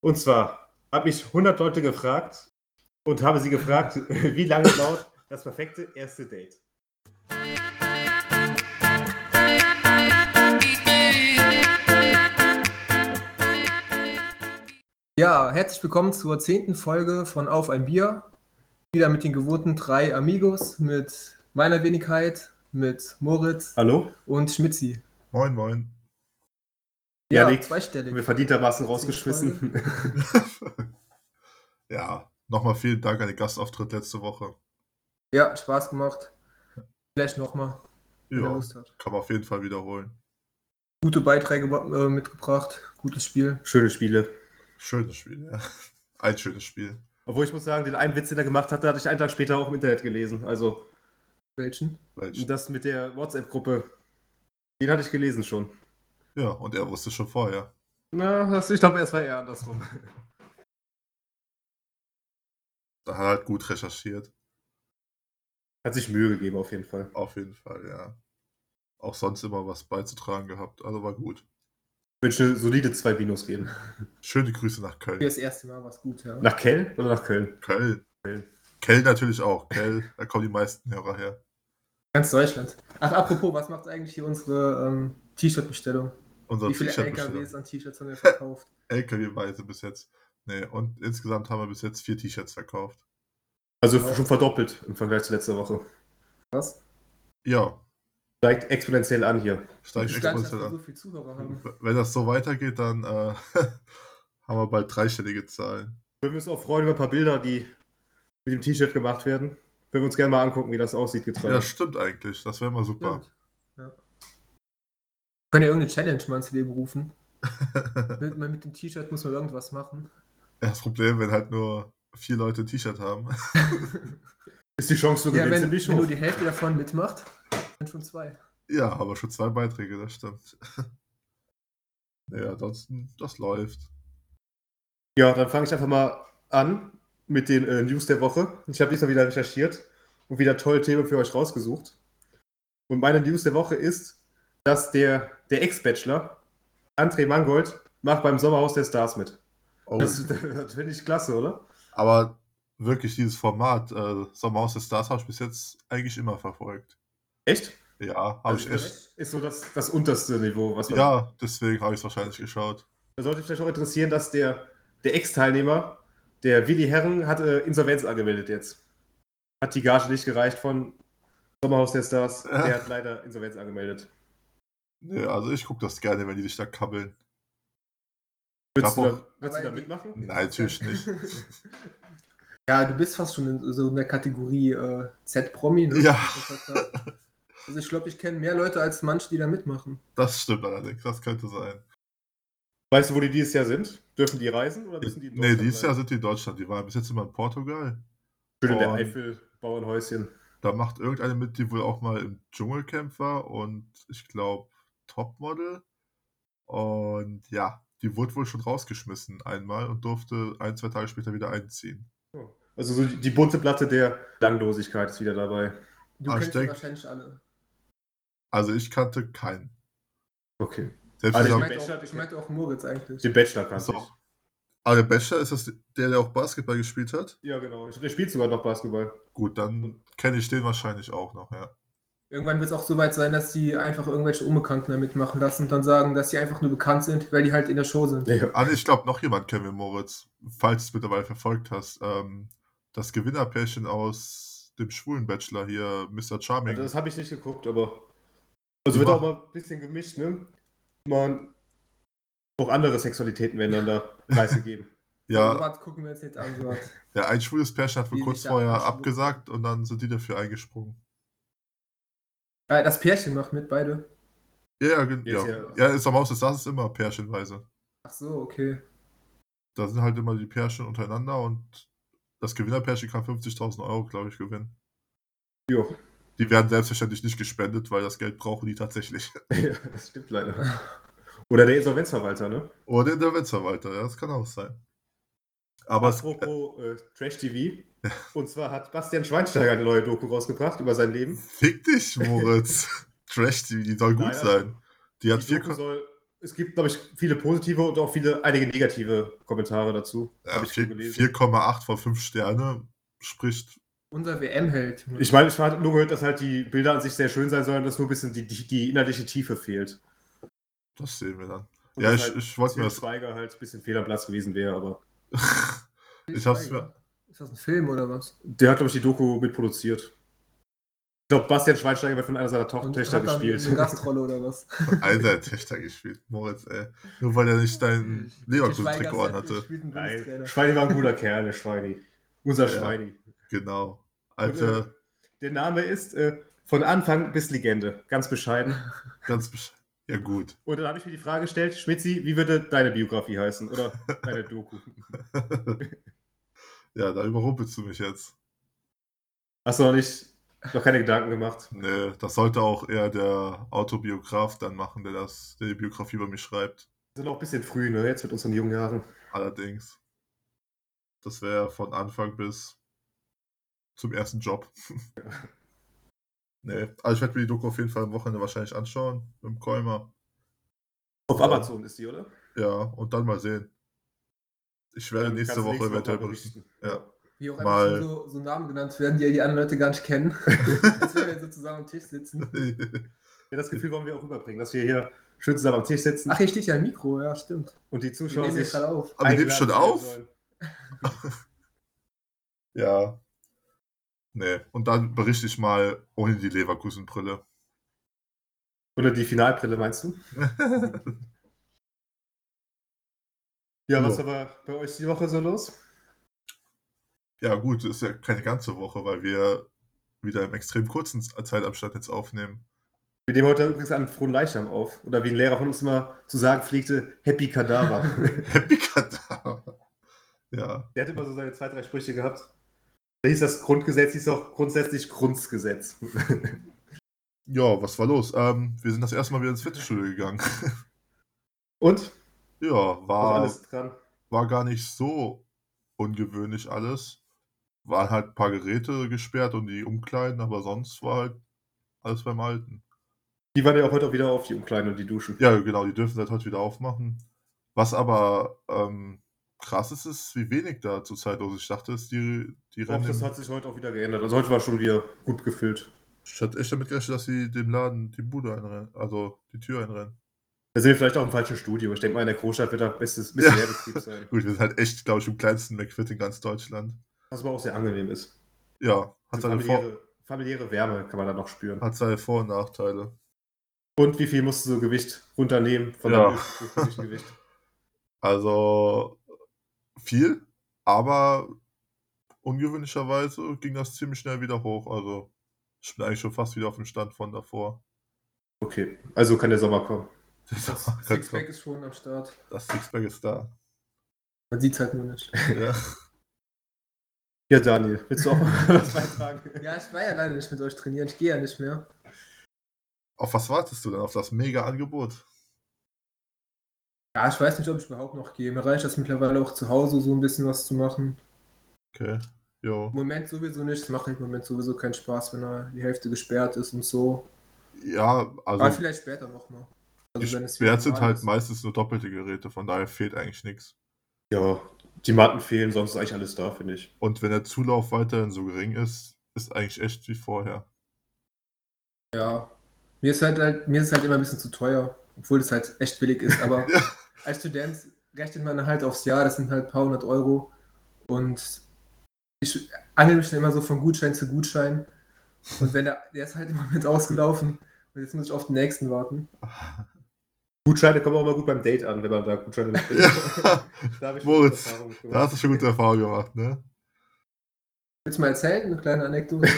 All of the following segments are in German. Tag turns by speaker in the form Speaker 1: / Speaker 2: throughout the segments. Speaker 1: Und zwar habe ich 100 Leute gefragt und habe sie gefragt, wie lange dauert das perfekte erste Date?
Speaker 2: Ja, herzlich willkommen zur zehnten Folge von Auf ein Bier. Wieder mit den gewohnten drei Amigos, mit meiner Wenigkeit, mit Moritz
Speaker 1: Hallo?
Speaker 2: und Schmitzi.
Speaker 3: Moin, moin.
Speaker 1: Ja,
Speaker 2: Ja,
Speaker 1: Nick.
Speaker 2: zweistellig.
Speaker 1: Wir verdientermaßen rausgeschmissen.
Speaker 3: Ja, nochmal vielen Dank an den Gastauftritt letzte Woche.
Speaker 2: Ja, hat Spaß gemacht. Vielleicht nochmal, wenn ihr
Speaker 3: Ja,
Speaker 2: Lust hat.
Speaker 3: kann man auf jeden Fall wiederholen.
Speaker 2: Gute Beiträge äh, mitgebracht, gutes Spiel.
Speaker 1: Schöne Spiele.
Speaker 3: Schönes Spiel, ja. Ein schönes Spiel.
Speaker 1: Obwohl ich muss sagen, den einen Witz, den er gemacht hatte, hatte ich einen Tag später auch im Internet gelesen. Also
Speaker 2: Welchen?
Speaker 3: Mensch.
Speaker 1: das mit der WhatsApp-Gruppe, den hatte ich gelesen schon.
Speaker 3: Ja, und er wusste schon vorher.
Speaker 1: Na, das, ich glaube, es war eher andersrum.
Speaker 3: Da hat er halt gut recherchiert.
Speaker 1: Hat sich Mühe gegeben auf jeden Fall.
Speaker 3: Auf jeden Fall, ja. Auch sonst immer was beizutragen gehabt. Also war gut.
Speaker 1: Ich wünsche solide zwei Binos geben.
Speaker 3: Schöne Grüße nach Köln.
Speaker 2: Für das erste Mal war es gut, ja.
Speaker 1: Nach Kell oder nach Köln?
Speaker 3: Köln.
Speaker 1: Köln.
Speaker 3: Köln natürlich auch. Köln, da kommen die meisten Hörer her.
Speaker 2: Ganz Deutschland. Ach, apropos, was macht eigentlich hier unsere ähm, T-Shirt-Bestellung?
Speaker 3: Unser
Speaker 2: Wie viele
Speaker 3: T-Shirt-Bestellung.
Speaker 2: LKWs an T-Shirts haben wir verkauft?
Speaker 3: LKW-weise bis jetzt. Nee, und insgesamt haben wir bis jetzt vier T-Shirts verkauft.
Speaker 1: Also schon verdoppelt im Vergleich zu letzter Woche.
Speaker 2: Was?
Speaker 3: Ja,
Speaker 1: Steigt exponentiell an hier.
Speaker 3: steigt
Speaker 2: Ich dachte, dass
Speaker 3: exponentiell
Speaker 2: wir
Speaker 3: an.
Speaker 2: so viele Zuhörer haben.
Speaker 3: Wenn das so weitergeht, dann äh, haben wir bald dreistellige Zahlen.
Speaker 1: Wir müssen auch freuen über ein paar Bilder, die mit dem T-Shirt gemacht werden. Würden wir uns gerne mal angucken, wie das aussieht,
Speaker 3: Ja,
Speaker 1: getragen.
Speaker 3: das stimmt eigentlich. Das wäre mal super.
Speaker 2: Stimmt. Ja. Können ja irgendeine Challenge mal ins Leben rufen. Mit, mit dem T-Shirt muss man irgendwas machen.
Speaker 3: Das Problem, wenn halt nur vier Leute ein T-Shirt haben.
Speaker 1: Ist die Chance zu
Speaker 2: Ja,
Speaker 1: gewinnen
Speaker 2: wenn,
Speaker 1: ziemlich
Speaker 2: wenn
Speaker 1: hoch.
Speaker 2: nur die Hälfte davon mitmacht, sind schon zwei.
Speaker 3: ja, aber schon zwei Beiträge, das stimmt. Naja, ansonsten, das läuft.
Speaker 1: Ja, dann fange ich einfach mal an mit den äh, News der Woche. Ich habe diesmal wieder recherchiert und wieder tolle Themen für euch rausgesucht. Und meine News der Woche ist, dass der, der Ex-Bachelor André Mangold macht beim Sommerhaus der Stars mit.
Speaker 3: Oh,
Speaker 1: Das, das finde ich klasse, oder?
Speaker 3: aber wirklich dieses Format, äh, Sommerhaus der Stars, habe ich bis jetzt eigentlich immer verfolgt.
Speaker 1: Echt?
Speaker 3: Ja, habe
Speaker 1: Also
Speaker 3: ich echt.
Speaker 1: das ist so das, das unterste Niveau. Was man-
Speaker 3: Ja, deswegen habe ich es wahrscheinlich geschaut.
Speaker 1: Da sollte vielleicht auch interessieren, dass der, der Ex-Teilnehmer, der Willi Herren, hat äh, Insolvenz angemeldet jetzt. Hat die Gage nicht gereicht von Sommerhaus der Stars.
Speaker 3: Ja.
Speaker 1: Der hat leider Insolvenz angemeldet.
Speaker 3: Nee, also ich gucke das gerne, wenn die sich da kabbeln.
Speaker 1: Würdest du
Speaker 3: Davon-
Speaker 1: da, würdest du da mitmachen?
Speaker 3: Nein, natürlich nicht.
Speaker 2: Ja, du bist fast schon in so einer Kategorie äh, Z-Promi. Ne?
Speaker 3: Ja.
Speaker 2: Also ich glaube, ich kenne mehr Leute als manche, die da mitmachen.
Speaker 3: Das stimmt allerdings, das könnte sein.
Speaker 1: Weißt du, wo die dieses Jahr sind? Dürfen die reisen oder müssen die in
Speaker 3: Nee,
Speaker 1: Deutschland
Speaker 3: dieses Jahr
Speaker 1: bleiben?
Speaker 3: sind die in Deutschland. Die waren bis jetzt immer in Portugal.
Speaker 1: Schön in der
Speaker 3: Boah.
Speaker 1: Eifel, Bauernhäuschen.
Speaker 3: Da macht irgendeine mit, die wohl auch mal im Dschungelcamp war und ich glaube Topmodel. Und ja, die wurde wohl schon rausgeschmissen einmal und durfte ein, zwei Tage später wieder einziehen.
Speaker 1: Also so die, die bunte Platte der Langlosigkeit ist wieder dabei.
Speaker 2: Du
Speaker 3: Ah,
Speaker 2: kennst ja
Speaker 3: steckt.
Speaker 2: wahrscheinlich alle.
Speaker 3: Also ich kannte keinen.
Speaker 1: Okay.
Speaker 3: Selbst
Speaker 1: Also
Speaker 2: Ich
Speaker 1: Ja,
Speaker 3: dieser,
Speaker 2: meinte,
Speaker 1: Bachelor-
Speaker 2: auch, ich meinte auch Moritz eigentlich.
Speaker 1: Den Bachelor kannst
Speaker 3: So.
Speaker 1: du.
Speaker 3: aber der Bachelor ist das der, der auch Basketball gespielt hat?
Speaker 1: Ja, genau. Der spielt sogar noch Basketball.
Speaker 3: Gut, dann kenne ich den wahrscheinlich auch noch, ja.
Speaker 2: Irgendwann wird es auch so weit sein, dass die einfach irgendwelche Unbekannten da mitmachen lassen und dann sagen, dass die einfach nur bekannt sind, weil die halt in der Show sind.
Speaker 1: Ja.
Speaker 3: Ah, nee, ich glaube, noch jemand kennen wir, Moritz, falls du es mittlerweile verfolgt hast. Ähm, das Gewinnerpärchen aus dem schwulen Bachelor hier, Mr. Charming.
Speaker 1: Also das habe ich nicht geguckt, aber. Also wird auch mal ein bisschen gemischt, ne? Man. Auch andere Sexualitäten werden dann da preisgegeben.
Speaker 2: So
Speaker 3: ja,
Speaker 2: was Oh, gucken wir uns jetzt an. So was.
Speaker 3: ja, ein schwules Pärchen hat wohl
Speaker 2: Die
Speaker 3: kurz
Speaker 2: sich da
Speaker 3: vorher
Speaker 2: abgeschwulen.
Speaker 3: abgesagt und dann sind die dafür eingesprungen.
Speaker 2: Äh, das Pärchen macht mit, beide.
Speaker 3: Ja, ja, gen-
Speaker 1: Jetzt
Speaker 3: ja.
Speaker 1: ja.
Speaker 3: ja. ist am Haus, das ist immer pärchenweise.
Speaker 2: Ach so, okay.
Speaker 3: Da sind halt immer die Pärchen untereinander und das Gewinnerpärchen kann 50.000 Euro, glaube ich, gewinnen.
Speaker 1: Jo.
Speaker 3: Die werden selbstverständlich nicht gespendet, weil das Geld brauchen die tatsächlich.
Speaker 1: Ja, das stimmt leider. Oder der Insolvenzverwalter, ne?
Speaker 3: Oder der Wetzerwalter, ja, das kann auch sein. Aber es,
Speaker 1: Apropos äh, Trash TV. Und zwar hat Bastian Schweinsteiger eine neue Doku rausgebracht über sein Leben.
Speaker 3: Fick dich, Moritz. Trash TV, die soll gut
Speaker 1: Naja,
Speaker 3: sein. Die hat
Speaker 1: Die
Speaker 3: vier
Speaker 1: Doku soll es gibt, glaube ich, viele positive und auch viele, einige negative Kommentare dazu.
Speaker 3: Ja,
Speaker 1: Hab ich schon
Speaker 3: äh, vier-
Speaker 1: gelesen.
Speaker 3: 4,8 von 5 Sterne spricht.
Speaker 2: Unser WM-Held.
Speaker 1: Ich meine, ich habe nur gehört, dass halt die Bilder an sich sehr schön sein sollen, dass nur ein bisschen die, die, die inhaltliche Tiefe fehlt.
Speaker 3: Das sehen wir dann.
Speaker 1: Und
Speaker 3: ja,
Speaker 1: dass
Speaker 3: ich,
Speaker 1: halt
Speaker 3: ich wollte mir
Speaker 1: Til
Speaker 3: das.
Speaker 1: Schweiger halt ein bisschen fehl am Platz gewesen wäre, aber
Speaker 3: ich hab's mir.
Speaker 2: Ist das ein Film oder was?
Speaker 1: der hat, glaube ich, die Doku mitproduziert. Ich glaube, Bastian Schweinsteiger wird von einer seiner Tochter Töchter
Speaker 2: hat dann
Speaker 1: gespielt.
Speaker 2: Eine Gastrolle oder was?
Speaker 3: Alter, Töchter gespielt, Moritz, ey. Nur weil er nicht dein
Speaker 2: Til
Speaker 3: Leverkusen-Trikot
Speaker 2: Schweiger
Speaker 3: anhatte.
Speaker 2: spielt einen
Speaker 1: Nein,
Speaker 2: Bundestrainer.
Speaker 1: Schweini war ein guter Kerl, der Schweini. Unser
Speaker 3: Ja.
Speaker 1: Schweini.
Speaker 3: Genau. Alter,
Speaker 1: Der Name ist äh, von Anfang bis Legende. Ganz bescheiden.
Speaker 3: ganz besch- Ja, gut.
Speaker 1: Und dann habe ich mir die Frage gestellt, Schmitzi, wie würde deine Biografie heißen? Oder deine Doku?
Speaker 3: ja, da überrumpelst du mich jetzt.
Speaker 1: Hast du noch nicht, noch keine Gedanken gemacht?
Speaker 3: Nee, das sollte auch eher der Autobiograf dann machen, der das, der die Biografie über mich schreibt.
Speaker 1: Wir sind auch ein bisschen früh, ne? Jetzt mit unseren jungen Jahren.
Speaker 3: Allerdings. Das wäre von Anfang bis zum ersten Job. nee, also ich werde mir die Doku auf jeden Fall am Wochenende wahrscheinlich anschauen. Mit dem Kolmer.
Speaker 1: Auf Amazon ist die, oder?
Speaker 3: Ja, und dann mal sehen. Ich werde
Speaker 1: Dann
Speaker 3: Äh, nächste
Speaker 1: kannst du
Speaker 3: Woche eventuell
Speaker 1: mal
Speaker 3: berichten. Ja.
Speaker 2: Wie auch
Speaker 3: Mal-
Speaker 2: immer schon so, so Namen genannt werden, die die anderen Leute gar nicht kennen. Als wenn wir so zusammen am Tisch sitzen.
Speaker 1: ja. Das Gefühl wollen wir auch rüberbringen, dass wir hier schön zusammen am Tisch sitzen
Speaker 2: Ach, hier steht ja ein Mikro, ja, stimmt.
Speaker 1: und die
Speaker 2: Wir
Speaker 1: Zuschauer
Speaker 2: nehmen
Speaker 1: sich
Speaker 2: jetzt gerade auf.
Speaker 3: Aber wir nehmen
Speaker 1: eingeladen
Speaker 3: schon
Speaker 1: fühlen
Speaker 3: auf.
Speaker 1: sollen.
Speaker 3: Ja. Nee, und dann berichte ich mal ohne die Leverkusenbrille.
Speaker 1: Oder die Finalbrille, meinst du? Ja, was
Speaker 3: Ja.
Speaker 1: war bei euch die Woche so los?
Speaker 3: Ja, gut, ist ja keine ganze Woche, weil wir wieder im extrem kurzen Zeitabstand jetzt aufnehmen.
Speaker 1: Wir nehmen heute übrigens einen frohen Leichnam auf. Oder wie ein Lehrer von uns immer zu sagen pflegte, Happy Kadaver.
Speaker 3: Happy Kadaver. Ja,
Speaker 1: Der hat immer so seine zwei, drei Sprüche gehabt. Da hieß das Grundgesetz, hieß auch grundsätzlich Grundgesetz.
Speaker 3: ja, was war los? Ähm, wir sind das erste Mal wieder ins Fitnessstudio gegangen.
Speaker 1: Und?
Speaker 3: Ja,
Speaker 1: Auch
Speaker 3: war,
Speaker 1: alles dran.
Speaker 3: war gar nicht so ungewöhnlich alles. Waren halt ein paar Geräte gesperrt und die Umkleiden, aber sonst war halt alles beim Alten.
Speaker 1: Die waren ja auch heute auch wieder auf, die Umkleiden und die Duschen.
Speaker 3: Ja, genau, die dürfen seit heute wieder aufmachen. Was aber ähm, krass ist, ist, wie wenig da zurzeit los ist. Ich dachte, es die, die
Speaker 1: Ich hoffe,
Speaker 3: Rennen.
Speaker 1: das hat sich heute auch wieder geändert. Also heute war schon wieder gut gefüllt.
Speaker 3: Ich hatte echt damit gerechnet, dass sie dem Laden die Bude einrennen, also die Tür einrennen.
Speaker 1: Da sind wir vielleicht auch im falschen Studio. Ich denke mal, in der Großstadt wird da bestes bisschen
Speaker 3: Ja.
Speaker 1: mehr Betrieb sein.
Speaker 3: Gut, wir sind halt echt, glaube ich, im kleinsten McFit in ganz Deutschland.
Speaker 1: Was aber auch sehr angenehm ist.
Speaker 3: Ja, hat
Speaker 1: Also
Speaker 3: seine, Vor
Speaker 1: familiäre, familiäre Wärme kann man da noch spüren.
Speaker 3: hat seine Vor- und Nachteile.
Speaker 1: Und wie viel musst du so Gewicht runternehmen von
Speaker 3: Ja.
Speaker 1: deinem ursprünglichen Gewicht?
Speaker 3: Also viel, aber ungewöhnlicherweise ging das ziemlich schnell wieder hoch. Also ich bin eigentlich schon fast wieder auf dem Stand von davor.
Speaker 1: Okay, also kann der Sommer kommen.
Speaker 2: Das Sixpack ist schon am Start.
Speaker 3: Das Sixpack ist da.
Speaker 2: Man sieht es halt nur nicht.
Speaker 3: Ja.
Speaker 1: Ja, Daniel, willst du auch mal was beitragen?
Speaker 2: Ja, ich war ja leider nicht mit euch trainieren. Ich gehe ja nicht mehr.
Speaker 3: Auf was wartest du denn? Auf das Mega-Angebot?
Speaker 2: Ja, ich weiß nicht, ob ich überhaupt noch gehe. Mir reicht das mittlerweile auch zu Hause, so ein bisschen was zu machen.
Speaker 3: Okay. Jo.
Speaker 2: Im Moment sowieso nicht. Es macht im Moment sowieso keinen Spaß, wenn da die Hälfte gesperrt ist und so.
Speaker 3: Ja,
Speaker 2: Aber
Speaker 3: also
Speaker 2: vielleicht später Also nochmal.
Speaker 1: Also
Speaker 3: die Sperrt sind halt meistens nur doppelte Geräte, von daher fehlt eigentlich nichts.
Speaker 1: Ja, die Matten fehlen, sonst ist eigentlich alles da, finde ich.
Speaker 3: Und wenn der Zulauf weiterhin so gering ist, ist eigentlich echt wie vorher.
Speaker 2: Ja. Mir ist, halt, halt, mir ist halt immer ein bisschen zu teuer. Obwohl es halt echt billig ist. Aber
Speaker 3: Ja.
Speaker 2: als Student rechnet man halt aufs Jahr. Das sind halt ein paar hundert Euro. Und ich angel mich dann immer so von Gutschein zu Gutschein. Und wenn der, der ist halt im Moment ausgelaufen. Und jetzt muss ich auf den nächsten warten.
Speaker 1: Gutscheine kommen auch immer gut beim Date an, wenn man da Gutscheine mitbringt.
Speaker 3: ja.
Speaker 1: Da habe ich
Speaker 3: Moritz,
Speaker 1: schon Erfahrung gemacht.
Speaker 3: Da hast du schon gute Erfahrungen gemacht, ne?
Speaker 2: Willst du mal erzählen? Eine kleine Anekdote?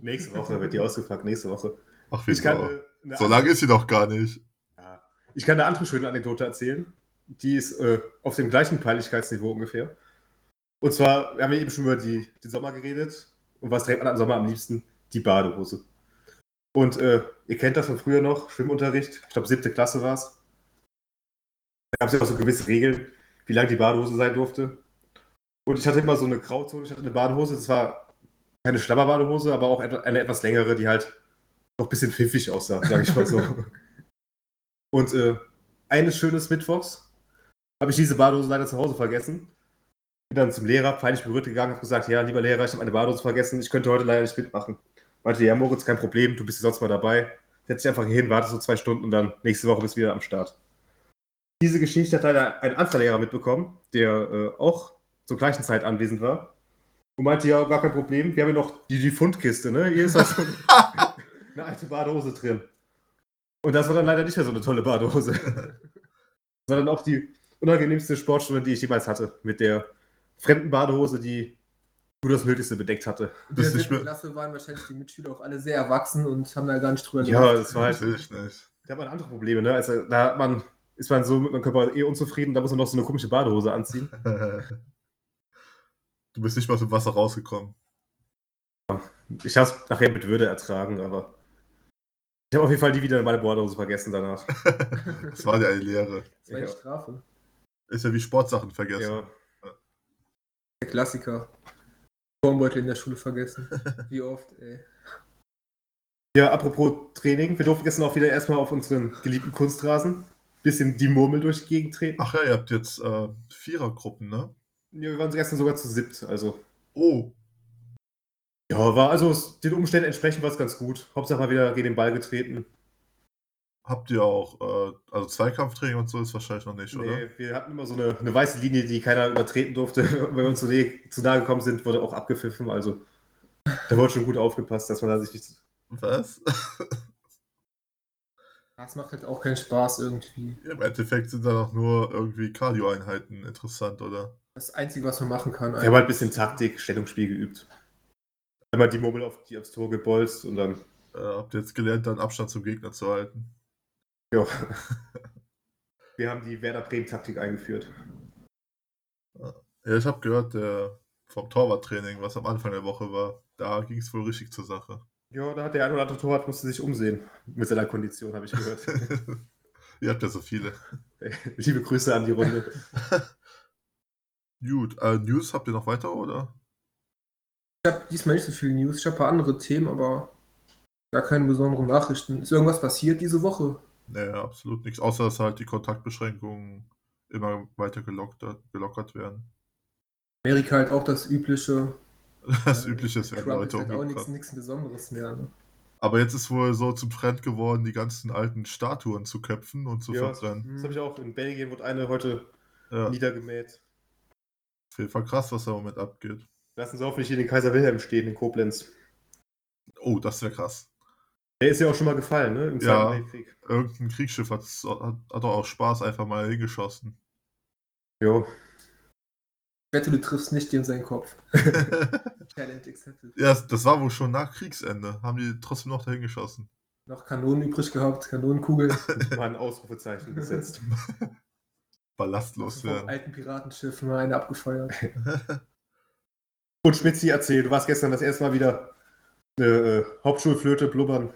Speaker 1: Nächste Woche wird die ausgepackt, nächste Woche.
Speaker 3: Ach, wie
Speaker 1: Ich kann,
Speaker 3: so.
Speaker 1: eine- eine
Speaker 3: So lange ist sie doch gar nicht.
Speaker 1: Ja. Ich kann eine andere schöne Anekdote erzählen. Die ist äh, auf dem gleichen Peinlichkeitsniveau ungefähr. Und zwar wir haben wir eben schon über die, den Sommer geredet. Und was trägt man am Sommer am liebsten? Die Badehose. Und äh, ihr kennt das von früher noch, Schwimmunterricht. Ich glaube, siebte Klasse war es. Da gab es ja auch so gewisse Regeln, wie lang die Badehose sein durfte. Und ich hatte immer so eine Grauzone, ich hatte eine Badehose. Das war keine Schlabberbadehose, aber auch etwa- eine etwas längere, die halt noch ein bisschen pfiffig aussah, sage ich mal so. Und äh, eines schönes Mittwochs habe ich diese Badehose leider zu Hause vergessen. Bin dann zum Lehrer peinlich berührt gegangen und gesagt, ja, lieber Lehrer, ich habe meine Badehose vergessen, ich könnte heute leider nicht mitmachen. Meinte, ja, Moritz, kein Problem, du bist ja sonst mal dabei. Setz dich einfach hier hin, wartest so zwei Stunden und dann nächste Woche bist du wieder am Start. Diese Geschichte hat leider ein anderer Lehrer mitbekommen, der äh, auch zur gleichen Zeit anwesend war. Und meinte, ja, gar kein Problem, wir haben ja noch die, die Fundkiste, ne? Hier ist auch so eine, eine alte Badehose drin. Und das war dann leider nicht mehr so eine tolle Badehose. Sondern auch die unangenehmste Sportstunde, die ich jemals hatte, mit der fremden Badehose, die nur das Nötigste bedeckt hatte.
Speaker 2: In der
Speaker 3: Das ist nicht
Speaker 2: siebten
Speaker 3: mehr-
Speaker 2: Klasse waren wahrscheinlich die Mitschüler auch alle sehr erwachsen und haben da gar nicht drüber
Speaker 1: Ja, das war halt.
Speaker 3: Natürlich nicht.
Speaker 1: Da hat man andere Probleme, ne? Also da hat man, ist man so mit meinem Körper eh unzufrieden, da muss man noch so eine komische Badehose anziehen.
Speaker 3: du bist nicht mal aus dem Wasser rausgekommen.
Speaker 1: Ich habe es nachher mit Würde ertragen, aber. Ich habe auf jeden Fall die wieder in meine Badehose vergessen danach.
Speaker 3: Das war ja eine Lehre.
Speaker 2: Das war die
Speaker 1: Ja.
Speaker 2: Strafe.
Speaker 3: Ist ja wie Sportsachen vergessen.
Speaker 1: Ja.
Speaker 2: Der Klassiker. Turmbeutel in der Schule vergessen. Wie oft, ey.
Speaker 1: ja, apropos Training, wir durften gestern auch wieder erstmal auf unseren geliebten Kunstrasen bisschen die Murmel durch die Gegend treten.
Speaker 3: Ach ja, ihr habt jetzt äh, Vierergruppen, ne?
Speaker 1: Ja, wir waren gestern sogar zu siebt, also.
Speaker 3: Oh,
Speaker 1: Ja, war also es- den Umständen entsprechend war es ganz gut. Hauptsache mal wieder gegen den Ball getreten.
Speaker 3: habt ihr auch, äh, also Zweikampftraining und so ist wahrscheinlich noch nicht, oder?
Speaker 1: Nee, wir hatten immer so eine, eine weiße Linie, die keiner übertreten durfte. Wenn wir uns zu, nähe- zu nahe gekommen sind, wurde auch abgepfiffen. Also da wurde schon gut aufgepasst, dass man da sich nicht.
Speaker 3: Was?
Speaker 2: Das macht halt auch keinen Spaß irgendwie.
Speaker 3: Im Endeffekt sind da noch nur irgendwie Cardio-Einheiten interessant, oder?
Speaker 2: Das Einzige, was man machen kann.
Speaker 1: Wir haben halt ein bisschen Taktik, Stellungsspiel geübt. Einmal die Mobile auf die aufs Tor gebolzt und dann.
Speaker 3: Äh, habt ihr jetzt gelernt, dann Abstand zum Gegner zu halten?
Speaker 1: Ja. Wir haben die Werder Bremen-Taktik eingeführt.
Speaker 3: Ja, ich habe gehört, der vom Torwarttraining, was am Anfang der Woche war, da ging es wohl richtig zur Sache.
Speaker 1: Ja, da hat der ein oder andere Torwart musste sich umsehen. Mit seiner Kondition, habe ich gehört.
Speaker 3: ihr habt ja so viele.
Speaker 1: Liebe Grüße an die Runde.
Speaker 3: Gut, äh, News habt ihr noch weiter, oder?
Speaker 2: Ich habe diesmal nicht so viel News. Ich habe ein paar andere Themen, aber gar keine besonderen Nachrichten. Ist irgendwas passiert diese Woche?
Speaker 3: Naja, absolut nichts, außer dass halt die Kontaktbeschränkungen immer weiter gelockert, gelockert werden.
Speaker 2: Amerika halt auch das übliche.
Speaker 3: Das
Speaker 2: Ja,
Speaker 3: Übliche ist, wenn
Speaker 2: Trump ist
Speaker 3: Leute
Speaker 2: halt auch nichts
Speaker 3: umgebracht
Speaker 2: nichts Besonderes mehr. Ne?
Speaker 3: Aber jetzt ist wohl so zum Trend geworden, die ganzen alten Statuen zu köpfen und zu
Speaker 1: Ja.
Speaker 3: verbrennen.
Speaker 1: Das habe ich auch. In Belgien wurde eine heute
Speaker 3: Ja,
Speaker 1: niedergemäht.
Speaker 3: auf jeden Fall krass, was da im Moment abgeht.
Speaker 1: Lassen Sie hoffentlich hier den Kaiser Wilhelm stehen in Koblenz.
Speaker 3: Oh, das wäre krass.
Speaker 1: Der ist ja auch schon mal gefallen, ne? Im
Speaker 3: Ja.
Speaker 1: Zweiten Weltkrieg.
Speaker 3: Irgendein Kriegsschiff hat, hat, hat doch auch Spaß einfach mal hingeschossen.
Speaker 1: Jo.
Speaker 2: Ich wette, du triffst nicht dir in seinen Kopf. Challenge accepted.
Speaker 3: ja, das war wohl schon nach Kriegsende. Haben die trotzdem noch dahin geschossen.
Speaker 2: Noch Kanonen übrig gehabt, Kanonenkugeln.
Speaker 1: Mal ein Ausrufezeichen gesetzt.
Speaker 3: Ballastlos
Speaker 2: Vom
Speaker 3: werden.
Speaker 2: alten Piratenschiff mal eine abgefeuert.
Speaker 1: Und Schmitzi, erzähl, du warst gestern das erste Mal wieder eine äh, Hauptschulflöte blubbern.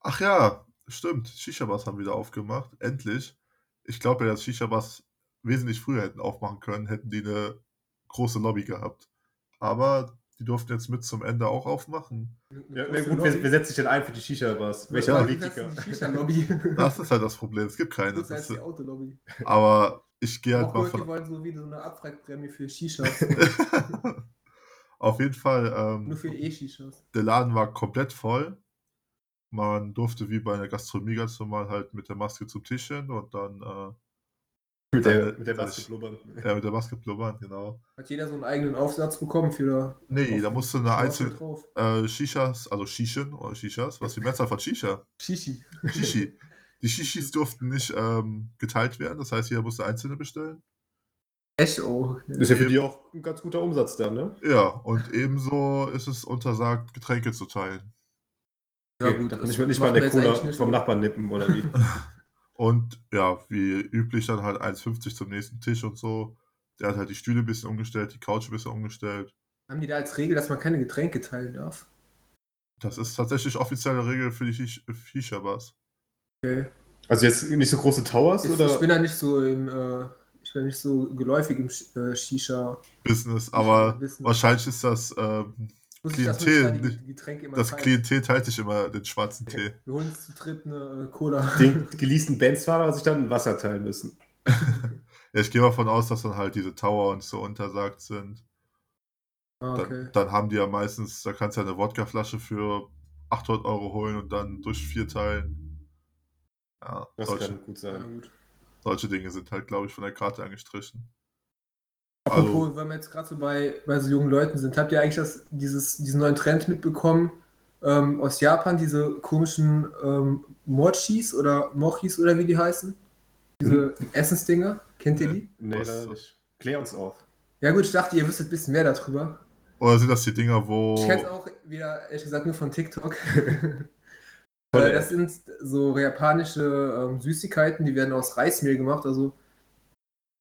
Speaker 3: Ach ja, stimmt. Shisha-Bars haben wieder aufgemacht. Endlich. Ich glaube ja, dass Shisha-Bars wesentlich früher hätten aufmachen können, hätten die eine große Lobby gehabt. Aber die durften jetzt mit zum Ende auch aufmachen.
Speaker 1: Ja, na gut, wer, wer setzt sich denn ein für die Shisha-Bars? Welcher
Speaker 3: Ja,
Speaker 1: Politiker?
Speaker 2: Das ist die Shisha-Lobby.
Speaker 3: Das ist halt das Problem. Es gibt keine.
Speaker 2: Das heißt
Speaker 3: Das
Speaker 2: die
Speaker 3: ist,
Speaker 2: Autolobby.
Speaker 3: aber ich gehe halt
Speaker 2: Auch
Speaker 3: mal
Speaker 2: gehört,
Speaker 3: von.
Speaker 2: die wollen so wie so eine Abwrackprämie für Shisha.
Speaker 3: Auf jeden Fall.
Speaker 2: Nur für
Speaker 3: Ähm,
Speaker 2: E-Shishas.
Speaker 3: der Laden war komplett voll. Man durfte wie bei einer Gastronomie ganz normal halt mit der Maske zum Tisch hin und dann äh,
Speaker 1: Mit der,
Speaker 3: Äh,
Speaker 1: mit der
Speaker 3: das-
Speaker 1: Maske blubbern.
Speaker 3: ja, mit der Maske blubbern, genau.
Speaker 2: Hat jeder so einen eigenen Aufsatz bekommen für
Speaker 3: Nee, da musste
Speaker 1: Ah,
Speaker 3: eine einzelne,
Speaker 2: drauf.
Speaker 3: äh, Shishas, also Shishin oder Shishas, was die Mehrzahl von Shisha,
Speaker 2: Shishi.
Speaker 3: Shishi. Die Shishis durften nicht ähm, geteilt werden, das heißt, jeder musste einzelne bestellen.
Speaker 2: Echo.
Speaker 1: Ist oh. ja für die auch ein ganz guter Umsatz dann, ne?
Speaker 3: Ja, und ebenso ist es untersagt, Getränke zu teilen.
Speaker 1: Okay, da kann ich mir nicht mal in der Cola vom Nachbarn nippen, oder wie?
Speaker 3: Und ja, wie üblich dann halt 1,50 zum nächsten Tisch und so. Der hat halt die Stühle ein bisschen umgestellt, die Couch ein bisschen umgestellt.
Speaker 2: Haben die da als Regel, dass man keine Getränke teilen darf?
Speaker 3: Das ist tatsächlich offizielle Regel für die Shish- Shisha-Bars.
Speaker 2: Okay.
Speaker 1: Also jetzt nicht so große Towers,
Speaker 2: Ich, ich
Speaker 1: oder?
Speaker 2: bin da nicht so im, äh, ich bin nicht so geläufig im Sch- äh, Shisha.
Speaker 3: Business, aber
Speaker 2: Wissen.
Speaker 3: wahrscheinlich ist das ähm,
Speaker 2: Muss
Speaker 3: Klientel,
Speaker 2: ich das,
Speaker 3: nicht-
Speaker 2: Getränk immer
Speaker 3: Das
Speaker 2: teilen?
Speaker 3: Klientel teilt sich immer den schwarzen Tee.
Speaker 2: Wir holen uns zu dritt eine äh, Cola.
Speaker 1: Den geleasten Bandsfahrer sich dann ein Wasser teilen müssen.
Speaker 3: Ja, ich gehe mal von aus, dass dann halt diese Tower und so untersagt sind.
Speaker 2: Ah,
Speaker 3: Dann,
Speaker 2: okay.
Speaker 3: dann haben die ja meistens, da kannst du ja eine Wodkaflasche für 800 Euro holen und dann durch vier teilen. Ja,
Speaker 1: Das
Speaker 3: solche,
Speaker 1: kann gut
Speaker 2: Ja,
Speaker 1: sein.
Speaker 2: gut.
Speaker 3: solche Dinge sind halt, glaube ich, von der Karte angestrichen.
Speaker 2: Apropos,
Speaker 3: Also,
Speaker 2: wenn wir jetzt gerade so bei, bei so jungen Leuten sind, habt ihr eigentlich das, dieses, diesen neuen Trend mitbekommen ähm, aus Japan, diese komischen ähm, Mochis oder Mochis oder wie die heißen? Diese Essensdinger, kennt ihr
Speaker 3: Hm. Nee.
Speaker 2: die?
Speaker 1: Nee,
Speaker 3: Was-
Speaker 1: leider nicht. Klär uns auf.
Speaker 2: Ja gut, ich dachte, ihr wüsstet ein bisschen mehr darüber.
Speaker 3: oder sind das die Dinger, wo.
Speaker 2: Ich kenne es auch wieder, ehrlich gesagt, nur von TikTok.
Speaker 1: Tolle
Speaker 2: Weil das sind so japanische ähm, Süßigkeiten, die werden aus Reismehl gemacht, also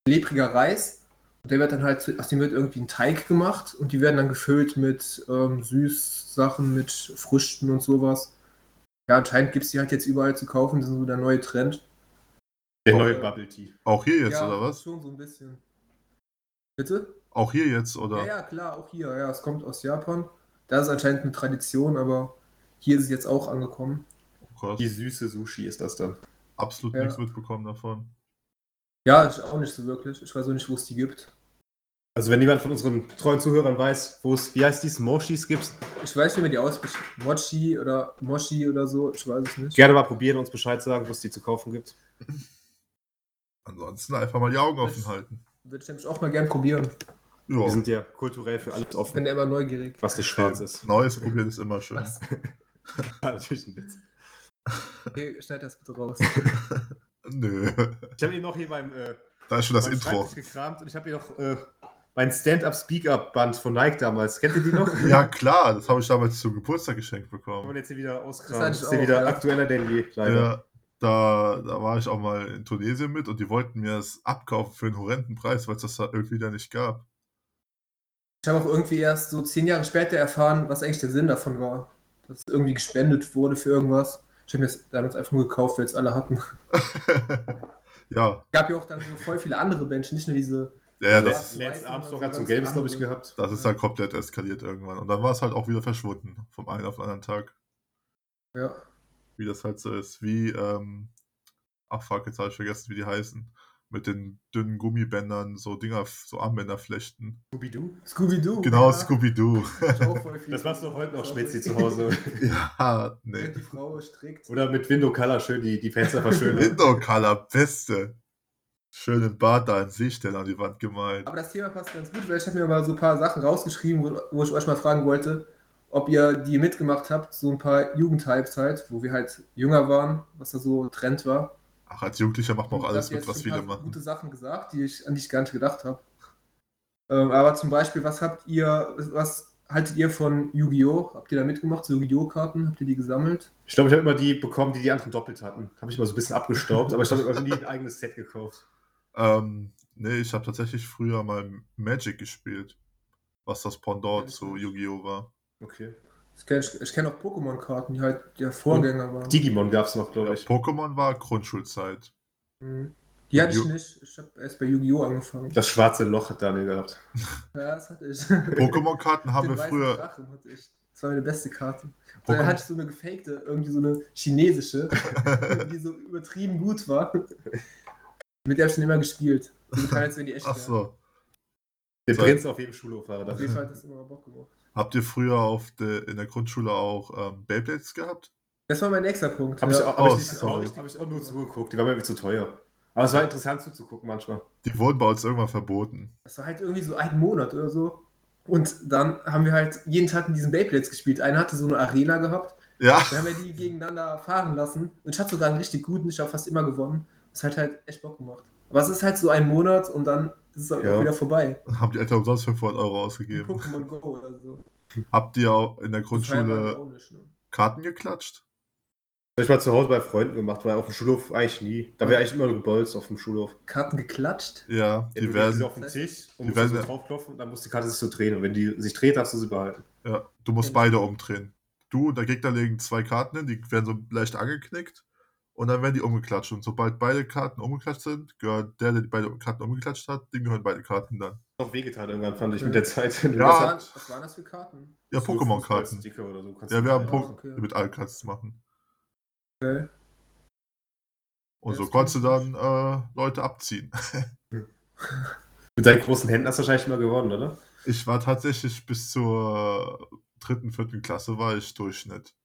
Speaker 2: klebriger Reis. Und der wird dann halt, zu- aus dem wird irgendwie ein Teig gemacht und die werden dann gefüllt mit ähm, Süßsachen, mit Früchten und sowas. Ja, anscheinend gibt es die halt jetzt überall zu kaufen, das ist so der neue Trend.
Speaker 1: Der
Speaker 3: Oh.
Speaker 1: neue Bubble Tea.
Speaker 3: Auch hier jetzt,
Speaker 2: ja,
Speaker 3: oder was?
Speaker 2: Schon so ein bisschen. Bitte?
Speaker 3: Auch hier jetzt, oder?
Speaker 2: Ja, ja, klar, auch hier. Ja, es kommt aus Japan. Da ist anscheinend eine Tradition, aber hier ist es jetzt auch angekommen.
Speaker 3: Krass.
Speaker 1: Die süße Sushi ist das dann.
Speaker 3: Oh Absolut
Speaker 2: Ja.
Speaker 3: nichts mitbekommen davon.
Speaker 2: Ja, ich auch nicht so wirklich. Ich weiß auch nicht, wo es die gibt.
Speaker 1: Also wenn jemand von unseren treuen Zuhörern weiß, wo es, wie heißt dies, Moshis gibt,
Speaker 2: Ich weiß nicht, wie man die ausspricht. Mochi oder Moshi oder so. Ich weiß es nicht.
Speaker 1: gerne mal probieren und uns Bescheid sagen, wo es die zu kaufen gibt.
Speaker 3: Ansonsten einfach mal die Augen
Speaker 2: Das-
Speaker 3: offen halten.
Speaker 2: Würde ich nämlich auch mal gern probieren.
Speaker 3: Ja.
Speaker 1: Wir sind ja kulturell für alles
Speaker 2: Ich bin
Speaker 1: offen,
Speaker 2: ja immer neugierig.
Speaker 1: was nicht schwarz ist.
Speaker 3: Neues probieren ist immer schön.
Speaker 2: Was?
Speaker 1: Ja, Natürlich ein Witz.
Speaker 2: Okay, schneid das bitte raus.
Speaker 3: Nö.
Speaker 1: Ich habe eben noch hier beim, äh,
Speaker 3: Da ist schon das
Speaker 1: beim
Speaker 3: Intro.
Speaker 1: Schreibtisch gekramt und ich habe hier noch äh, mein Stand-Up-Speak-Up-Band von Nike damals. Kennt ihr die noch?
Speaker 3: Ja, klar, das habe ich damals zum Geburtstag geschenkt
Speaker 1: Kann
Speaker 3: bekommen.
Speaker 1: man jetzt hier wieder
Speaker 2: Das
Speaker 1: auskramen.
Speaker 2: hatte ich
Speaker 1: Das ist hier
Speaker 2: auch,
Speaker 1: wieder
Speaker 2: ja.
Speaker 1: aktueller denn je, leider.
Speaker 3: Ja, da, da war ich auch mal in Tunesien mit und die wollten mir das abkaufen für einen horrenden Preis, weil es das da irgendwie da nicht gab.
Speaker 2: Ich habe auch irgendwie erst so zehn Jahre später erfahren, was eigentlich der Sinn davon war. Dass es irgendwie gespendet wurde für irgendwas. Ich habe mir das damals einfach nur gekauft, weil es alle hatten.
Speaker 3: ja,
Speaker 2: gab ja auch dann so voll viele andere Menschen, nicht nur diese
Speaker 3: ja, ja,
Speaker 2: Ja.
Speaker 3: das,
Speaker 1: Das
Speaker 2: ist-
Speaker 1: Lance Armstrong hat so ein gelbes, glaube ich, gehabt.
Speaker 3: das ist dann komplett eskaliert irgendwann. Und dann war es halt auch wieder verschwunden, vom einen auf den anderen Tag.
Speaker 2: Ja.
Speaker 3: Wie das halt so ist. Wie, ähm, ach fuck, jetzt habe ich vergessen, wie die heißen. Mit den dünnen Gummibändern, so Dinger, so Armbänderflechten.
Speaker 1: Scooby-Doo?
Speaker 2: Scooby-Doo.
Speaker 3: Genau,
Speaker 2: Oh, ja.
Speaker 3: Scooby-Doo.
Speaker 1: Das machst du heute noch, Schmitzi, zu Hause.
Speaker 3: ja, nee.
Speaker 2: Wenn die Frau strickt.
Speaker 1: Oder mit Window Color schön die, die Fenster verschönern.
Speaker 3: Window-Color, beste. Schönen Bart da an Seestelle an die Wand gemalt.
Speaker 2: Aber das Thema passt ganz gut, weil ich habe mir mal so ein paar Sachen rausgeschrieben, wo, wo ich euch mal fragen wollte, ob ihr die mitgemacht habt, so ein paar Jugendhypes halt, wo wir halt jünger waren, was da so Trend war.
Speaker 3: Ach, als Jugendlicher macht man auch
Speaker 2: Ich
Speaker 3: alles
Speaker 2: hab
Speaker 3: mit,
Speaker 2: jetzt
Speaker 3: was
Speaker 2: schon ein
Speaker 3: viele
Speaker 2: paar
Speaker 3: machen.
Speaker 2: gute Sachen gesagt, die ich, an die ich gar nicht gedacht habe. Ähm, aber zum Beispiel, was habt ihr, was haltet ihr von Yu-Gi-Oh? Habt ihr da mitgemacht? So Yu-Gi-Oh-Karten? Habt ihr die gesammelt?
Speaker 1: Ich glaube, ich habe immer die bekommen, die die anderen doppelt hatten. Habe ich immer so ein bisschen abgestaubt, aber ich habe immer nie ein eigenes Set gekauft.
Speaker 3: Ähm, nee, ich habe tatsächlich früher mal Magic gespielt, was das Pendant zu Yu-Gi-Oh! war.
Speaker 1: Okay.
Speaker 2: Ich kenne ich kenn auch Pokémon-Karten, die halt der Vorgänger waren. Die,
Speaker 1: Digimon gab es noch, glaube ich.
Speaker 3: Pokémon war Grundschulzeit.
Speaker 2: die hatte ich
Speaker 3: Yu-
Speaker 2: nicht. Ich habe erst bei Yu-Gi-Oh! angefangen.
Speaker 1: Das schwarze Loch hat Daniel gehabt.
Speaker 2: Ja, das hatte ich.
Speaker 3: Pokémon-Karten haben
Speaker 2: Den
Speaker 3: wir
Speaker 2: weißen
Speaker 3: früher.
Speaker 2: Drachen hatte ich. Das war meine beste Karte. Da
Speaker 3: Pokémon-
Speaker 2: hatte ich so eine gefakte, irgendwie so eine chinesische, die so übertrieben gut war. Mit der habe ich schon immer gespielt. So getan, als wenn die echt
Speaker 3: Ach
Speaker 2: wäre.
Speaker 3: so.
Speaker 1: Den
Speaker 3: So.
Speaker 1: Prinz auf jedem Schulhof war er da.
Speaker 2: Auf jeden Fall hat das immer Bock gemacht.
Speaker 3: Habt ihr früher auf der- in der Grundschule auch ähm, Beyblades gehabt?
Speaker 2: Das war mein nächster Punkt.
Speaker 1: Habe ich,
Speaker 2: ja.
Speaker 1: auch- hab
Speaker 3: Oh,
Speaker 1: ich, nicht
Speaker 3: sorry.
Speaker 1: gekauft, hab ich auch nur zugeguckt. Die waren mir irgendwie zu teuer. Aber es war interessant zuzugucken manchmal.
Speaker 3: Die wurden bei uns irgendwann verboten.
Speaker 2: Das war halt irgendwie so ein Monat oder so. Und dann haben wir halt jeden Tag in diesen Beyblades gespielt. Einer hatte so eine Arena gehabt.
Speaker 3: Ja,
Speaker 2: Da haben wir die gegeneinander fahren lassen. Und ich hatte sogar einen richtig guten, ich habe fast immer gewonnen. Das hat halt echt Bock gemacht. Aber es ist halt so ein Monat und dann ist es auch
Speaker 1: Ja.
Speaker 2: wieder vorbei.
Speaker 3: haben die Eltern umsonst 500 Euro
Speaker 2: Wie
Speaker 3: ausgegeben.
Speaker 2: Pokémon Go oder so.
Speaker 3: Habt ihr auch in der
Speaker 2: Das feiern wir
Speaker 3: Grundschule
Speaker 2: auch nicht, ne?
Speaker 3: Karten geklatscht?
Speaker 1: Das habe ich mal zu Hause bei Freunden gemacht, weil auf dem Schulhof eigentlich nie. Da wäre eigentlich immer nur gebolzt auf dem Schulhof.
Speaker 2: Karten geklatscht.
Speaker 3: Ja, genau.
Speaker 1: Die
Speaker 3: die
Speaker 1: du legst sie
Speaker 3: werden,
Speaker 1: auf den Tisch und
Speaker 3: die
Speaker 1: musst da so
Speaker 3: werden-
Speaker 1: draufklopfen und dann muss die Karte sich so drehen. Und wenn die sich dreht, darfst du sie behalten.
Speaker 3: ja, du musst beide umdrehen. Du und der Gegner legen zwei Karten hin, die werden so leicht angeknickt und dann werden die umgeklatscht. Und sobald beide Karten umgeklatscht sind, gehört der, der die beide Karten umgeklatscht hat, dem gehören beide Karten dann.
Speaker 1: Noch wehgetan irgendwann, fand ich mit der Zeit.
Speaker 2: Was
Speaker 3: Ja.
Speaker 2: waren, was waren das für Karten?
Speaker 3: Ja, Pokémon-Karten.
Speaker 1: Fußballsticker Oder so. kannst
Speaker 3: Ja,
Speaker 1: du
Speaker 3: wir haben
Speaker 1: rein-
Speaker 2: Punkt.
Speaker 3: Punkte
Speaker 2: okay.
Speaker 3: mit allen kannst du es machen.
Speaker 2: Okay.
Speaker 3: Und
Speaker 2: Ja,
Speaker 3: so
Speaker 2: das
Speaker 3: konntest du
Speaker 2: kann
Speaker 3: dann äh, Leute abziehen.
Speaker 1: Mit deinen großen Händen hast du wahrscheinlich immer gewonnen, oder?
Speaker 3: Ich war tatsächlich bis zur dritten, vierten Klasse war ich Durchschnitt.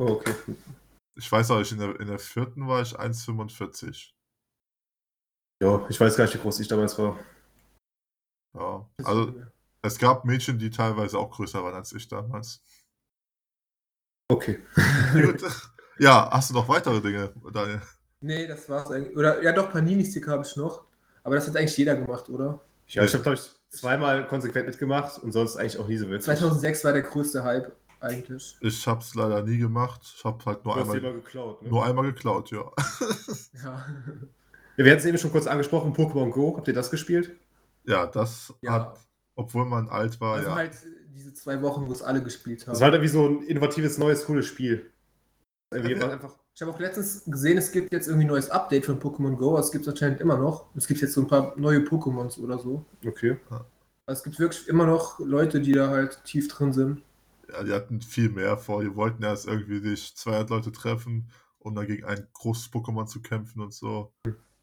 Speaker 1: Oh, okay.
Speaker 3: Ich weiß auch, ich in der, in der vierten war ich 1,45.
Speaker 1: Ja, ich weiß gar nicht, wie groß ich damals war.
Speaker 3: Ja. Also es gab Mädchen, die teilweise auch größer waren als ich damals.
Speaker 1: Okay.
Speaker 3: Gut. Ja, hast du noch weitere Dinge, Daniel?
Speaker 2: Nee, das war's eigentlich. Oder ja doch, Panini-Sticker habe ich noch. Aber das hat eigentlich jeder gemacht, oder?
Speaker 1: Ja, ich habe, glaube ich, zweimal konsequent mitgemacht und sonst eigentlich auch nie so witzig.
Speaker 2: 2006 war der größte Hype eigentlich.
Speaker 3: Ich hab's leider nie gemacht. Ich hab halt nur
Speaker 1: Du hast die
Speaker 3: einmal,
Speaker 1: immer geklaut, ne?
Speaker 3: nur einmal geklaut, ja. Ah,
Speaker 2: Ja,
Speaker 1: Ja, wir hatten es eben schon kurz angesprochen, Pokémon Go. Habt ihr das gespielt?
Speaker 3: Ja, das
Speaker 2: ja.
Speaker 3: hat, obwohl man alt war,
Speaker 2: Also
Speaker 3: ja.
Speaker 2: halt diese zwei Wochen, wo es alle gespielt haben.
Speaker 1: Das war halt irgendwie so ein innovatives, neues, cooles Spiel. Irgendwie
Speaker 3: Ja.
Speaker 1: war einfach
Speaker 2: Ich habe auch letztens gesehen, es gibt jetzt irgendwie ein neues Update von Pokémon Go. Das gibt es anscheinend immer noch. Es gibt jetzt so ein paar neue Pokémons oder so.
Speaker 1: Okay.
Speaker 2: Also es gibt wirklich immer noch Leute, die da halt tief drin sind.
Speaker 3: ja. Die hatten viel mehr vor. Die wollten erst irgendwie sich 200 Leute treffen, um dann gegen ein großes Pokémon zu kämpfen und so.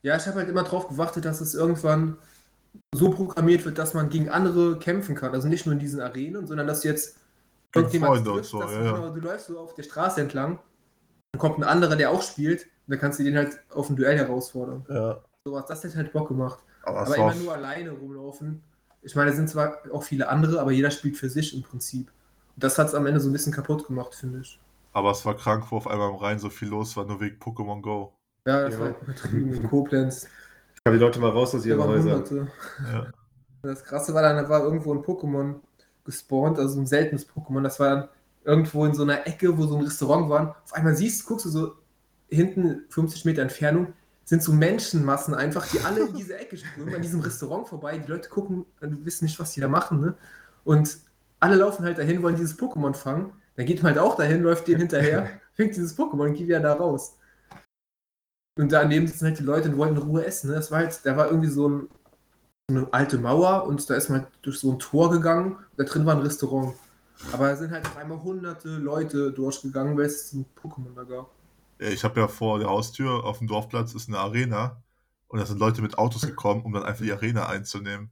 Speaker 2: Ja, ich habe halt immer drauf gewartet, dass es irgendwann so programmiert wird, dass man gegen andere kämpfen kann. Also nicht nur in diesen Arenen, sondern dass jetzt
Speaker 3: Gegen
Speaker 2: irgendjemand
Speaker 3: Freunde und
Speaker 2: trifft,
Speaker 3: so,
Speaker 2: dass
Speaker 3: ja,
Speaker 2: du,
Speaker 3: ja.
Speaker 2: genau, du läufst so auf der Straße entlang, dann kommt ein anderer, der auch spielt, und dann kannst du den halt auf ein Duell herausfordern.
Speaker 3: Ja.
Speaker 2: Sowas, das hätte halt Bock gemacht.
Speaker 3: Aber, es
Speaker 2: Aber immer
Speaker 3: war auch-
Speaker 2: nur alleine rumlaufen. Ich meine, da sind zwar auch viele andere, aber jeder spielt für sich im Prinzip. Und das hat es am Ende so ein bisschen kaputt gemacht, finde ich.
Speaker 3: Aber es war krank, wo auf einmal im Rhein so viel los war, nur wegen Pokémon Go.
Speaker 2: Ja, das
Speaker 1: Ja.
Speaker 2: war übertrieben in Koblenz.
Speaker 1: Ich kann die Leute mal raus aus
Speaker 2: Da
Speaker 1: ihren
Speaker 2: waren
Speaker 1: Häusern.
Speaker 2: Hunderte.
Speaker 3: Ja.
Speaker 2: Das Krasse war dann, da war irgendwo ein Pokémon gespawnt, also ein seltenes Pokémon. Das war dann irgendwo in so einer Ecke, wo so ein Restaurant war. Auf einmal siehst, guckst du so hinten 50 Meter Entfernung, sind so Menschenmassen einfach, die alle in diese Ecke strömen, an diesem Restaurant vorbei. Die Leute gucken und wissen nicht, was die da machen. Ne? Und alle laufen halt dahin, wollen dieses Pokémon fangen. Dann geht man halt auch dahin, läuft denen hinterher, fängt dieses Pokémon und geht wieder da raus. Und daneben sitzen halt die Leute und wollten in Ruhe essen. Ne? Das war halt, da war irgendwie so ein so eine alte Mauer und da ist man halt durch so ein Tor gegangen. Da drin war ein Restaurant. Aber da sind halt auf einmal hunderte Leute durchgegangen, weil es ein Pokémon da gab.
Speaker 3: Ich habe ja vor der Haustür auf dem Dorfplatz ist eine Arena und da sind Leute mit Autos gekommen, um dann einfach die Arena einzunehmen.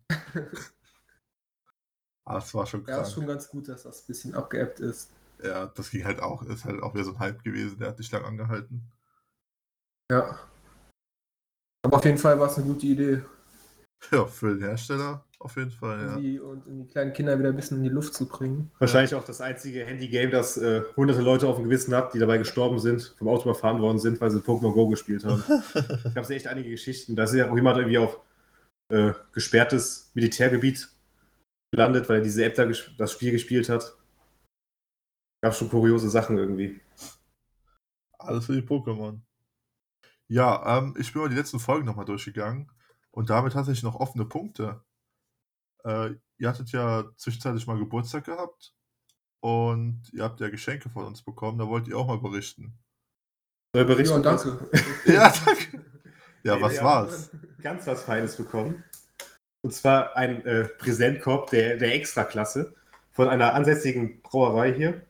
Speaker 3: Aber es war schon
Speaker 2: Ja, ist
Speaker 3: krank.
Speaker 2: schon ganz gut, dass das ein bisschen abgeappt ist.
Speaker 3: Ja, das ging halt auch. Ist halt auch wieder so ein Hype gewesen, der hat nicht lang angehalten.
Speaker 2: Ja. Aber auf jeden Fall war es eine gute Idee.
Speaker 3: Ja, für den Hersteller auf jeden Fall, ja.
Speaker 2: Die, und um die kleinen Kinder wieder ein bisschen in die Luft zu bringen.
Speaker 1: Wahrscheinlich auch das einzige Handy-Game, das äh, hunderte Leute auf dem Gewissen hat, die dabei gestorben sind, vom Auto überfahren worden sind, weil sie Pokémon Go gespielt haben. ich habe echt einige Geschichten. Da ist ja auch jemand irgendwie auf äh, gesperrtes Militärgebiet gelandet, weil er diese App da ges- das Spiel gespielt hat. Gab schon kuriose Sachen irgendwie.
Speaker 3: Alles für die Pokémon. Ja, ähm, ich bin mal die letzten Folgen nochmal durchgegangen und damit tatsächlich noch offene Punkte. Äh, ihr hattet ja zwischenzeitlich mal Geburtstag gehabt und ihr habt ja Geschenke von uns bekommen, da wollt ihr auch mal berichten.
Speaker 1: Soll ich berichten?
Speaker 2: Ja, danke.
Speaker 3: Ja, danke. Ja,
Speaker 1: Nee,
Speaker 3: was
Speaker 1: ja.
Speaker 3: war's?
Speaker 1: ganz was Feines bekommen. Und zwar ein äh, Präsentkorb der, der Extraklasse von einer ansässigen Brauerei hier.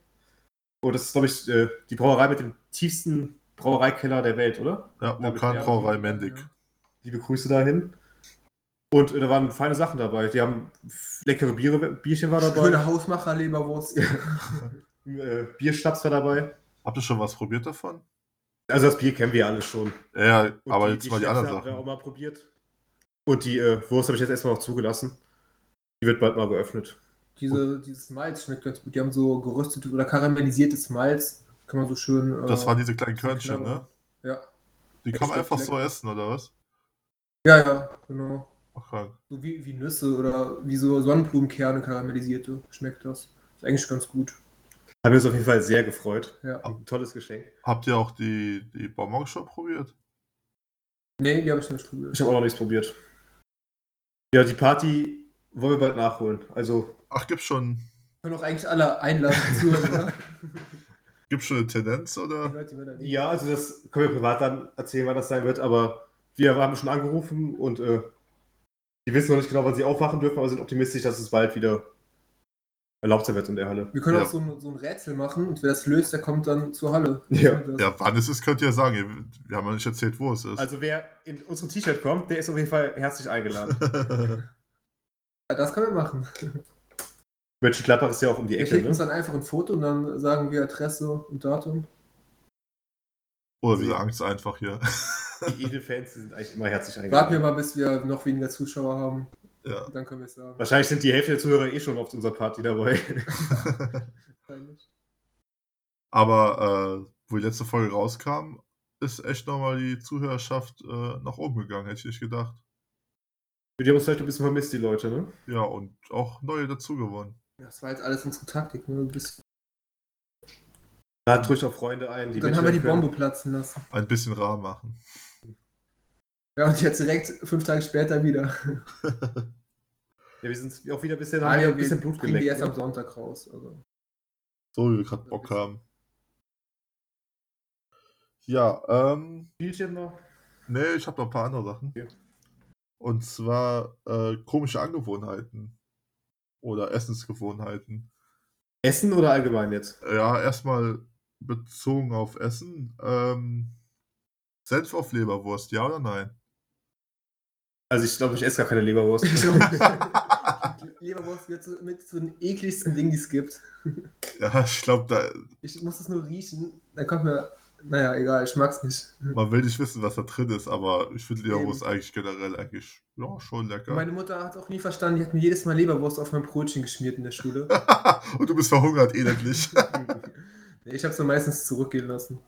Speaker 1: Und das ist, glaube ich, äh, die Brauerei mit dem tiefsten Brauereikeller der Welt, oder?
Speaker 3: Ja,
Speaker 1: Damit wir-
Speaker 3: Vulkanbrauerei Mendig.
Speaker 1: Liebe Grüße dahin. Und äh, da waren feine Sachen dabei. Die haben leckere Biere, Bierchen war dabei,
Speaker 2: Schöne Hausmacher-Leberwurst.
Speaker 1: äh, Bierschnaps war dabei.
Speaker 3: Habt ihr schon was probiert davon?
Speaker 1: Also das Bier kennen wir alle schon.
Speaker 3: Ja,
Speaker 1: Und
Speaker 3: aber jetzt mal die
Speaker 1: Schnäpse
Speaker 3: anderen
Speaker 1: haben wir auch
Speaker 3: Sachen.
Speaker 1: mal probiert. Und die äh, Wurst habe ich jetzt erstmal noch zugelassen. Die wird bald mal geöffnet.
Speaker 2: Diese, dieses Malz schmeckt ganz gut. Die haben so geröstetes oder karamellisiertes Malz. Kann man so schön. äh,
Speaker 3: Das waren diese kleinen Körnchen, ne?
Speaker 2: Knabber. Ja.
Speaker 3: Die kann man
Speaker 2: Schmeckt
Speaker 3: einfach so
Speaker 2: lecker.
Speaker 3: essen, oder was?
Speaker 2: Ja, ja, genau.
Speaker 3: Ach, krank.
Speaker 2: So wie, wie Nüsse oder wie so Sonnenblumenkerne karamellisierte. Schmeckt das. Ist eigentlich ganz gut.
Speaker 1: Haben wir uns auf jeden Fall sehr gefreut.
Speaker 2: Ja.
Speaker 1: Ein tolles Geschenk.
Speaker 3: Habt ihr auch die, die Bonbons schon probiert?
Speaker 2: Nee, die habe ich nicht probiert.
Speaker 1: Ich habe auch noch nichts probiert. Ja, die Party wollen wir bald nachholen. Also,
Speaker 3: Ach, gibt's schon
Speaker 2: können auch eigentlich alle einladen zu. oder?
Speaker 3: Gibt schon eine Tendenz
Speaker 2: also, Die
Speaker 3: oder?
Speaker 2: Leute, die wir da lieben.
Speaker 1: Ja, also das können wir privat dann erzählen, wann das sein wird, aber wir haben schon angerufen und äh, die wissen noch nicht genau, wann sie aufwachen dürfen, aber sind optimistisch, dass es bald wieder erlaubt sein wird in der Halle.
Speaker 2: Wir können
Speaker 3: Ja.
Speaker 2: auch so ein, so ein Rätsel machen und wer das löst, der kommt dann zur Halle.
Speaker 1: Ja.
Speaker 2: Das-
Speaker 3: Ja, wann es ist, könnt ihr ja sagen. Ihr- Wir haben ja nicht erzählt, wo es ist.
Speaker 1: Also wer in unsere T-Shirt kommt, der ist auf jeden Fall herzlich eingeladen.
Speaker 2: Ja, Das können wir machen.
Speaker 1: Mönchengladbach ist ja auch um die
Speaker 2: Wir
Speaker 1: Ecke,
Speaker 2: schicken uns
Speaker 1: ne?
Speaker 2: dann einfach ein Foto und dann sagen wir Adresse und Datum.
Speaker 3: oder wir sagen es einfach hier.
Speaker 1: Die Edel-Fans die sind eigentlich immer herzlich
Speaker 2: Warten wir
Speaker 1: eingeladen.
Speaker 2: mal, bis wir noch weniger Zuschauer haben.
Speaker 3: Ja.
Speaker 2: Dann können wir es sagen.
Speaker 1: Wahrscheinlich sind die Hälfte der Zuhörer eh schon auf unserer Party dabei.
Speaker 2: Wahrscheinlich.
Speaker 3: Aber äh, wo die letzte Folge rauskam, ist echt nochmal die Zuhörerschaft äh, nach oben gegangen, hätte ich nicht gedacht.
Speaker 1: Die haben uns vielleicht ein bisschen vermisst, die Leute, ne?
Speaker 3: Ja, und auch neue dazu gewonnen.
Speaker 2: Das war jetzt alles unsere Taktik. Ne? Bis,
Speaker 1: Lad ruhig auch Freunde ein, die
Speaker 2: dann haben wir die
Speaker 1: mithelfen.
Speaker 2: Bombe platzen lassen.
Speaker 3: Ein bisschen rar machen.
Speaker 2: Ja, und jetzt direkt fünf Tage später wieder.
Speaker 1: Ja, wir sind auch wieder bisher
Speaker 2: Ah,
Speaker 1: haben wir
Speaker 2: ja,
Speaker 1: ein bisschen Blut
Speaker 2: kriegen die
Speaker 1: geleckt.
Speaker 2: erst am
Speaker 1: Ne?
Speaker 2: Sonntag raus. Also.
Speaker 3: So wie wir gerade Bock haben. Ja, ähm,
Speaker 1: Spielchen noch?
Speaker 3: nee, ich habe noch ein paar andere Sachen.
Speaker 1: Ja.
Speaker 3: Und zwar äh, komische Angewohnheiten. Oder Essensgewohnheiten.
Speaker 1: Essen oder allgemein jetzt?
Speaker 3: Ja, erstmal bezogen auf Essen. Ähm, Senf auf Leberwurst, ja oder nein?
Speaker 1: Also ich glaube, ich esse gar keine Leberwurst.
Speaker 2: Leberwurst wird so, mit so den ekligsten Ding, die es gibt.
Speaker 3: Ja, ich glaube, da,
Speaker 2: Ich muss es nur riechen. Dann kommt mir. Naja, egal, ich mag's nicht.
Speaker 3: man will nicht wissen, was da drin ist, aber ich finde Leberwurst
Speaker 2: Eben.
Speaker 3: eigentlich generell eigentlich ja, schon lecker.
Speaker 2: Meine Mutter hat auch nie verstanden, die hat mir jedes Mal Leberwurst auf mein Brötchen geschmiert in der Schule.
Speaker 3: Und du bist verhungert, elendlich.
Speaker 2: Nee, ich habe es meistens zurückgehen lassen.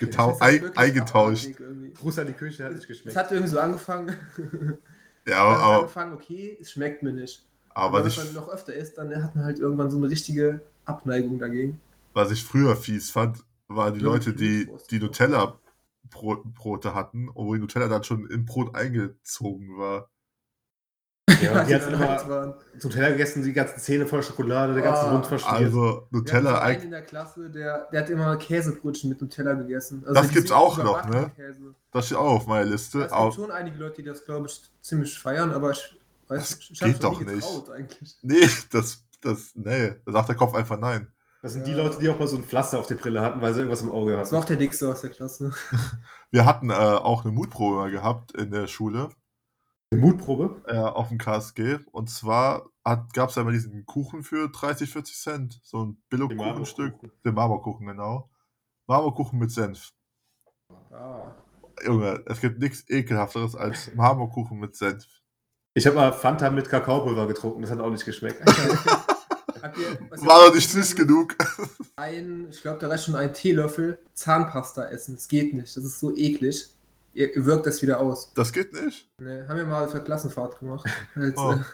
Speaker 3: Getau
Speaker 2: Ich find's
Speaker 3: ei
Speaker 2: halt wirklich
Speaker 3: eingetauscht.
Speaker 2: abartig irgendwie.
Speaker 1: Gruß an die Küche, hat nicht
Speaker 2: Es
Speaker 1: geschmeckt.
Speaker 2: hat irgendwie so angefangen.
Speaker 3: Ja,
Speaker 2: Dann hat es
Speaker 3: aber,
Speaker 2: angefangen, okay, es schmeckt mir nicht.
Speaker 3: aber
Speaker 2: Aber wenn
Speaker 3: was,
Speaker 2: man
Speaker 3: ich,
Speaker 2: halt noch öfter isst, dann hat man halt irgendwann so eine richtige Abneigung dagegen.
Speaker 3: was ich früher fies fand, waren die
Speaker 2: Ja,
Speaker 3: Leute,
Speaker 2: die
Speaker 3: die,
Speaker 2: Leberwurst.
Speaker 3: die Nutella-Brote hatten, wo die Nutella dann schon im Brot eingezogen war.
Speaker 1: ja, die
Speaker 2: die
Speaker 1: hat
Speaker 2: Also dann halt alt
Speaker 1: immer
Speaker 2: waren.
Speaker 1: zum Teller gegessen, die ganzen Zähne voller Schokolade, der ganze
Speaker 2: Ah,
Speaker 1: Mund verschmiert.
Speaker 3: Also
Speaker 2: Wir hatten so
Speaker 3: Nutella,
Speaker 2: einen
Speaker 3: eigentlich.
Speaker 2: in der Klasse, der, der hat immer Käsebrötchen mit Nutella gegessen. Also
Speaker 3: Das
Speaker 2: die
Speaker 3: gibt's
Speaker 2: sind
Speaker 3: auch noch,
Speaker 2: überbackene
Speaker 3: ne?
Speaker 2: Käse. Also
Speaker 3: Das steht auch auf meiner Liste.
Speaker 2: Es
Speaker 3: Auf,
Speaker 2: gibt schon einige Leute, die das, glaube ich, ziemlich feiern, aber ich weiß
Speaker 3: Das
Speaker 2: ich
Speaker 3: geht
Speaker 2: hab's noch nie
Speaker 3: doch nicht.
Speaker 2: getraut eigentlich.
Speaker 3: nee, das, das, nee, da sagt der Kopf einfach nein.
Speaker 1: Das sind die
Speaker 2: Ja.
Speaker 1: Leute, die auch mal so ein Pflaster auf der Brille hatten, weil sie irgendwas im Auge
Speaker 2: Das
Speaker 1: hatten.
Speaker 2: war auch der Dickste aus der Klasse.
Speaker 3: Wir hatten äh, auch eine Mutprobe mal gehabt in der Schule,
Speaker 1: Eine Mutprobe?
Speaker 3: äh, auf dem KSG. Und zwar gab es einmal diesen Kuchen für 30, 40 Cent. So ein Billo-Kuchenstück. Den Marmorkuchen, genau. Marmorkuchen mit Senf.
Speaker 2: Ah.
Speaker 3: Junge, es gibt nichts ekelhafteres als Marmorkuchen mit Senf.
Speaker 1: Ich habe mal Fanta mit Kakaopulver getrunken, das hat auch nicht geschmeckt.
Speaker 2: Habt ihr- was
Speaker 3: War
Speaker 2: habt
Speaker 3: doch
Speaker 2: ihr-
Speaker 3: nicht süß genug.
Speaker 2: Ein, ich glaube, da reicht schon ein Teelöffel Zahnpasta essen. Das geht nicht. Das ist so eklig. Ihr ihr wirkt das wieder aus.
Speaker 3: Das geht nicht.
Speaker 2: Ne, haben wir mal für Klassenfahrt gemacht. Als,
Speaker 3: Oh.
Speaker 2: äh,